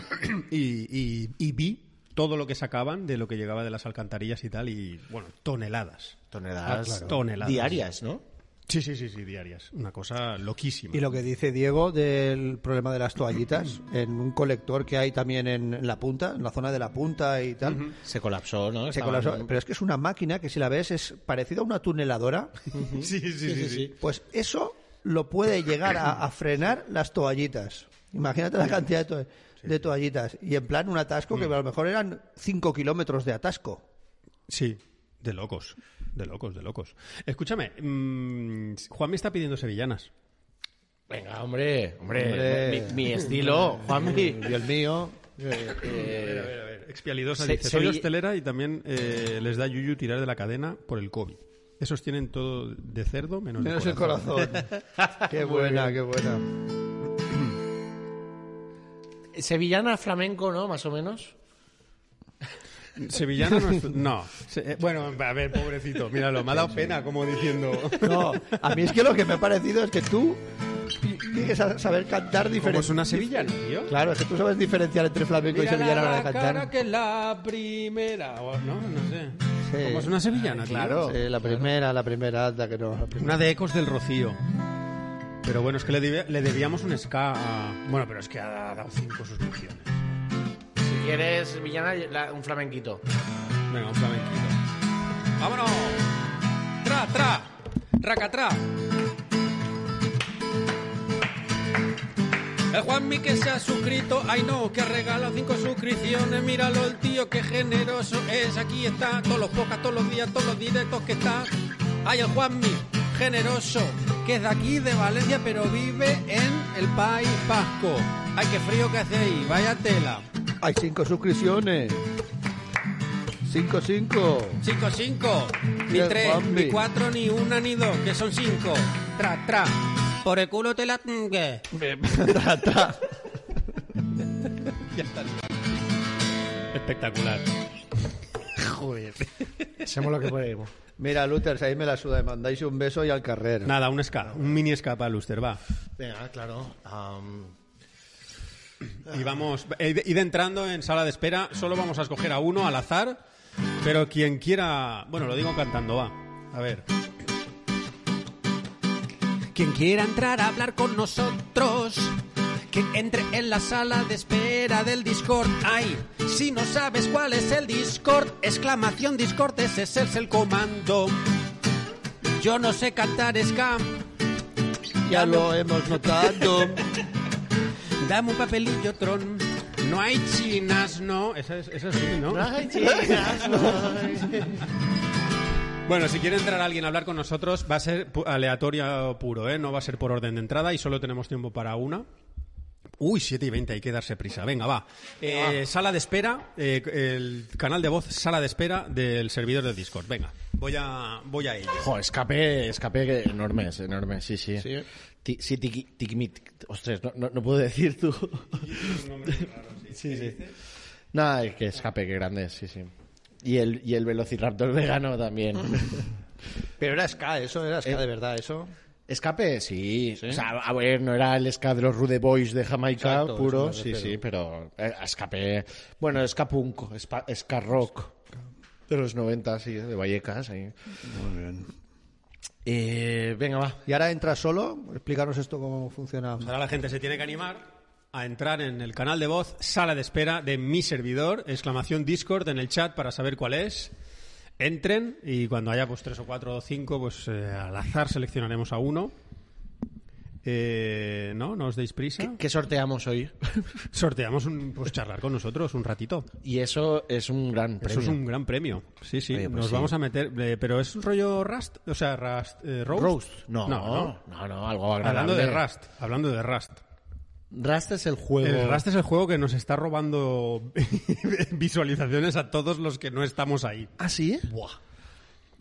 y, y- y vi todo lo que sacaban de lo que llegaba de las alcantarillas y tal, y bueno, toneladas. Toneladas, Ah, claro. Toneladas. diarias, ¿no? Sí, sí, sí, sí, diarias. Una cosa loquísima. Y lo que dice Diego del problema de las toallitas, en un colector que hay también en la punta, en la zona de la punta y tal. Se colapsó, ¿no? Se Estaban- colapsó. Pero es que es una máquina que si la ves es parecida a una tuneladora. Sí, sí, sí. sí, sí. Pues eso lo puede llegar a, a frenar las toallitas. Imagínate la cantidad de, to- de toallitas. Y en plan un atasco Mm. que a lo mejor eran 5 kilómetros de atasco. Sí, de locos. De locos, de locos. Escúchame, mm, Juan me está pidiendo sevillanas. Venga, hombre, hombre, Mi, mi estilo, Juanmi. Eh, Y el mío... A ver, a ver, Expialidosa Se- dice, soy Sevi- hostelera y también eh, les da yuyu tirar de la cadena por el COVID. Esos tienen todo de cerdo menos, de Menos el corazón. qué buena, qué buena. Sevillana flamenco, ¿no? Más o menos. Sevillana no es... No. Se- eh, bueno, a ver, pobrecito, míralo, me ha dado pena como diciendo... No, a mí es que lo que me ha parecido es que tú Tienes que saber cantar diferente. Como es una sevillana, tío. Claro, es que tú sabes diferenciar entre flamenco y sevillano a la hora de cara cantar. que la primera, Oh, o- ¿no? No sé. Sí. Como es una sevillana, tío. Sí, la primera, la primera, anda que no. la primera. Una de Ecos del Rocío. Pero bueno, es que le, debe- le debíamos un ska a... Bueno, pero es que ha dado cinco suscripciones. Si quieres, Villana, la- un flamenquito. Venga, un flamenquito. ¡Vámonos! ¡Tra, tra! ¡Racatrá! El Juanmi que se ha suscrito, ay no, que ha regalado cinco suscripciones. Míralo el tío, qué generoso es. Aquí está, todos los pocas, todos los días, todos los directos que está. Ay, el Juanmi, generoso, que es de aquí, de Valencia, pero vive en el País Vasco. Ay, qué frío que hace ahí, vaya tela. Hay cinco suscripciones. Cinco, cinco. 5, 5, ni Bien, 3, Juanmi. ni 4, ni 1, ni 2, que son 5. Tra, tra. Por el culo te la tingue. Espectacular. Joder. Hacemos lo que podemos. Mira, Luther, ahí me la suda. me Mandáis un beso y al carrer. Nada, un ska, un mini ska para Luster, va. Venga, claro. Am, Y vamos, eh, id id entrando en sala de espera, solo vamos a escoger a uno al azar, pero quien quiera, bueno, lo digo cantando, va. A ver. Quien quiera entrar a hablar con nosotros, que entre en la sala de espera del Discord. Ay, si no sabes cuál es el Discord, exclamación Discord, ese es el comando. Yo no sé cantar ska, Ya lo hemos notado. dame un papelillo, Tron. No hay chinas, no. Esa es, esa es sí, ¿no? Ay, chicas, ay. Bueno, si quiere entrar alguien a hablar con nosotros, va a ser pu- aleatorio puro, ¿eh? No va a ser por orden de entrada y solo tenemos tiempo para una. Uy, 7 y 20, hay que darse prisa. Venga, va. Eh, Sala de espera, eh, el canal de voz, sala de espera del servidor de Discord. Venga, voy a, voy a ello. Jo, escape, escape que- enorme, es enorme, sí, sí. Sí. Ti- Sí, tiqui- tiquimit. Ostras, no, no, no puedo decir tú. sí, sí. Nada, es que escape, que grande, es, sí, sí. Y el, y el velociraptor vegano también. Pero era ska, eso era ska Eh. de verdad, eso. Escape, sí. O sea, a ver, no era el ska de los Rude Boys de Jamaica Exacto, puro, eso me sí, refiero. sí, pero eh, escape. Bueno, escapunco, ska, ska rock de los 90, sí, de Vallecas. Muy bien. Eh, venga, va. Y ahora entra solo. Explícanos esto cómo funciona. Pues ahora la gente se tiene que animar a entrar en el canal de voz, sala de espera de mi servidor, exclamación Discord en el chat para saber cuál es. Entren y cuando haya pues tres o cuatro o cinco, pues eh, al azar seleccionaremos a uno. Eh, ¿No? ¿No os deis prisa? ¿Qué, qué sorteamos hoy? Sorteamos un pues charlar con nosotros un ratito. Y eso es un gran premio. Eso es un gran premio. Sí, sí. Oye, pues Nos sí. vamos a meter. eh, pero es un rollo Rust, o sea, Rust, eh, roast? No, no, no, algo Hablando agradable. de Rust, hablando de Rust. Rust es el juego. El Rust es el juego que nos está robando visualizaciones a todos los que no estamos ahí. ¿Ah, sí?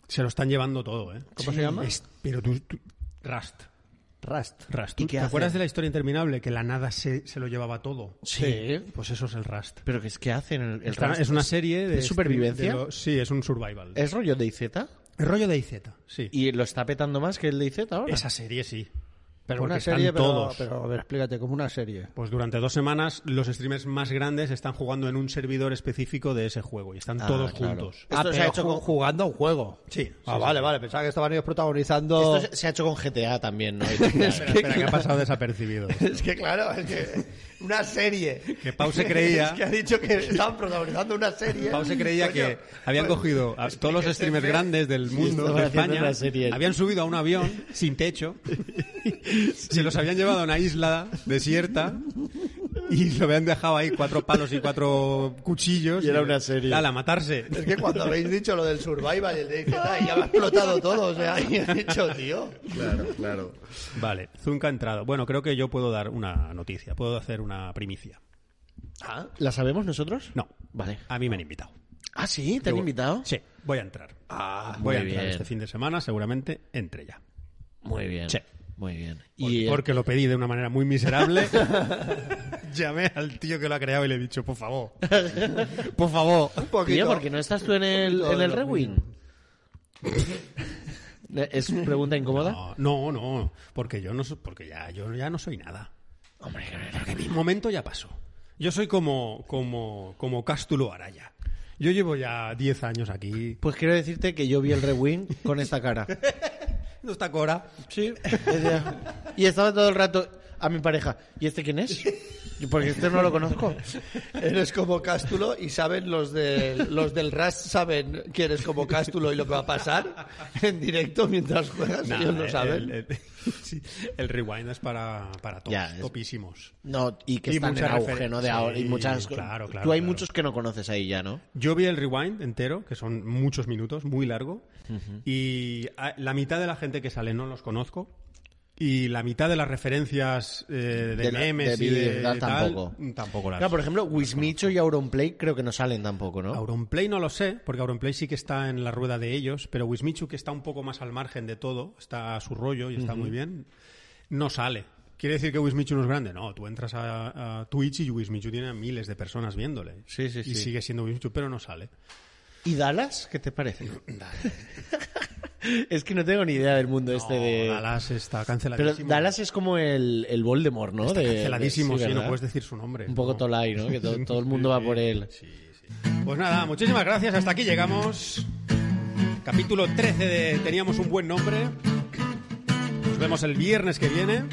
Se lo están llevando todo, ¿eh? ¿Cómo se llama? Es- pero tú, tú- Rust. Rust. Rust. ¿Y ¿Tú qué ¿Te hace? acuerdas de la historia interminable? Que la nada se, se lo llevaba todo. Sí. Pues eso es el Rust. Pero que es que hacen el, el Está- Rust es una serie de... Eh, ¿Es supervivencia? de lo- sí, es un survival. ¿Es rollo de IZ? El rollo de IZ, sí. ¿Y lo está petando más que el de IZ ahora? Esa serie sí. Pero Porque una serie, están pero, todos. pero a ver, explícate, como una serie. Pues durante dos semanas los streamers más grandes están jugando en un servidor específico de ese juego y están Ah, todos claro. juntos. Ah, Esto se pero ha hecho ju- con- jugando a un juego. Sí. Ah, vale, vale. Pensaba que estaban ellos protagonizando. Esto se- se ha hecho con GTA también, ¿no? Es Espera, espera, que ha pasado desapercibido. Es que claro, es que una serie. Que Pau se creía- Es que ha dicho que estaban protagonizando una serie. Pau se creía Coño, que habían pues, cogido a todos los que se streamers ve- grandes del mundo, estaban de haciendo España, una serie. habían subido a un avión sin techo, se los habían llevado a una isla desierta y lo habían dejado ahí cuatro palos y cuatro cuchillos. Y era una serie. Dale, a matarse. Es que cuando habéis dicho lo del survival y el de IZeta, ya me ha explotado todo. O sea, y he dicho, tío. Claro, claro. Vale, Zunca ha entrado. Bueno, creo que yo puedo dar una noticia, puedo hacer una primicia. ¿La sabemos nosotros? No, Vale. a mí me han invitado. Ah, sí, te han invitado. Sí, voy a entrar. voy a Ah, muy entrar bien. este fin de semana, seguramente entre ya. Muy bien. Sí. Muy bien. Porque, Y, eh, porque lo pedí de una manera muy miserable. Llamé al tío que lo ha creado y le he dicho, por favor. por favor. Un poquito. tío, ¿por qué no estás tú en el, poquito en de el lo Rewind? ¿Eh? ¿Es pregunta incómoda? No, no, no, porque yo no so- porque ya yo ya no soy nada. Hombre, Porque mi momento ya pasó. Yo soy como como como Cástulo Araya. Yo llevo ya 10 años aquí. Pues quiero decirte que yo vi el Rewind con esta cara. No está Cora. Sí. Decía- pues Y estaba todo el rato a mi pareja. ¿Y este quién es? Yo, Porque este no lo conozco. Eres como Cástulo y saben los de los del RAS saben que eres como Cástulo y lo que va a pasar en directo mientras juegas, Nah, ellos lo Ah, el- saben. El, el- sí, el rewind es para, para tops, Ya, es- topísimos. No, y que Y están en mucha auge, refer- ¿no? De ahora. Y Sí, muchas... claro, claro, Tú hay claro. muchos que no conoces ahí ya, ¿no? Yo vi el rewind entero, que son muchos minutos, muy largo, y a- la mitad de la gente que sale no los conozco. Y la mitad de las referencias eh, de, De la- memes de y de, vídeos, de tal, tal, tampoco. mm, tampoco las Claro, por ejemplo, Wismicho y Auronplay creo que no salen tampoco, ¿no? Auronplay no lo sé, porque Auronplay sí que está en la rueda de ellos, pero Wismichu, que está un poco más al margen de todo, está a su rollo y está muy bien, no sale. ¿Quiere decir que Wismichu no es grande? No, tú entras a, a Twitch y Wismichu tiene a miles de personas viéndole. Sí, sí, y sí. sigue siendo Wismichu, pero no sale. ¿Y Dallas? ¿Qué te parece? es que no tengo ni idea del mundo este No, de... Dallas está Pero canceladísimo. Dallas es como el, el Voldemort, ¿no? está De- de- canceladísimo, sí, sí, no ¿verdad? puedes decir su nombre. Un poco no. Tolai, ¿no? Que to- todo el mundo va por él. Pues nada, muchísimas gracias. Hasta aquí llegamos. Capítulo 13 de Teníamos un buen nombre. Nos vemos el viernes que viene.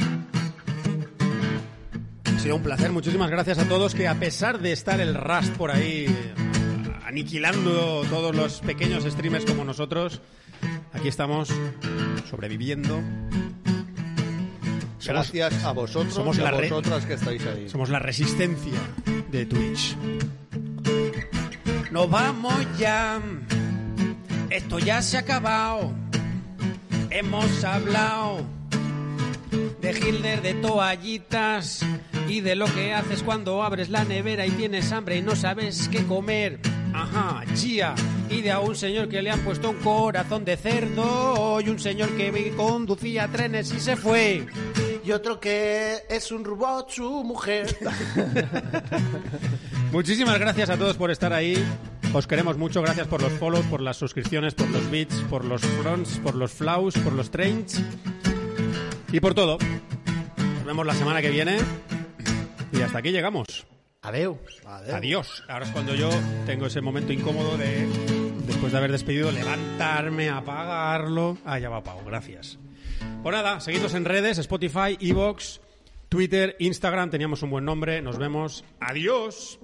Ha sido un placer. Muchísimas gracias a todos que a pesar de estar el Rust por ahí aniquilando todos los pequeños streamers como nosotros, aquí estamos sobreviviendo. Somos- Gracias a vosotros somos y a la red. vosotras que estáis ahí. Somos la resistencia de Twitch. Nos vamos ya. Esto ya se ha acabado. Hemos hablado de Hitler, de toallitas y de lo que haces cuando abres la nevera y tienes hambre y no sabes qué comer. Ajá, chía. Y de a un señor que le han puesto un corazón de cerdo y un señor que conducía trenes y se fue. Y otro que es un robot, su mujer. Muchísimas gracias a todos por estar ahí. Os queremos mucho. Gracias por los follows, por las suscripciones, por los bits, por los fronts, por los flows, por los trains y por todo. Nos vemos la semana que viene. Y hasta aquí llegamos. Adeu. Adiós. Ahora es cuando yo tengo ese momento incómodo de, después de haber despedido, levantarme, apagarlo. Ah, ya va Pau, gracias. Pues nada, seguidnos en redes, Spotify, Evox, Twitter, Instagram. Teníamos un buen nombre. Nos vemos. Adiós.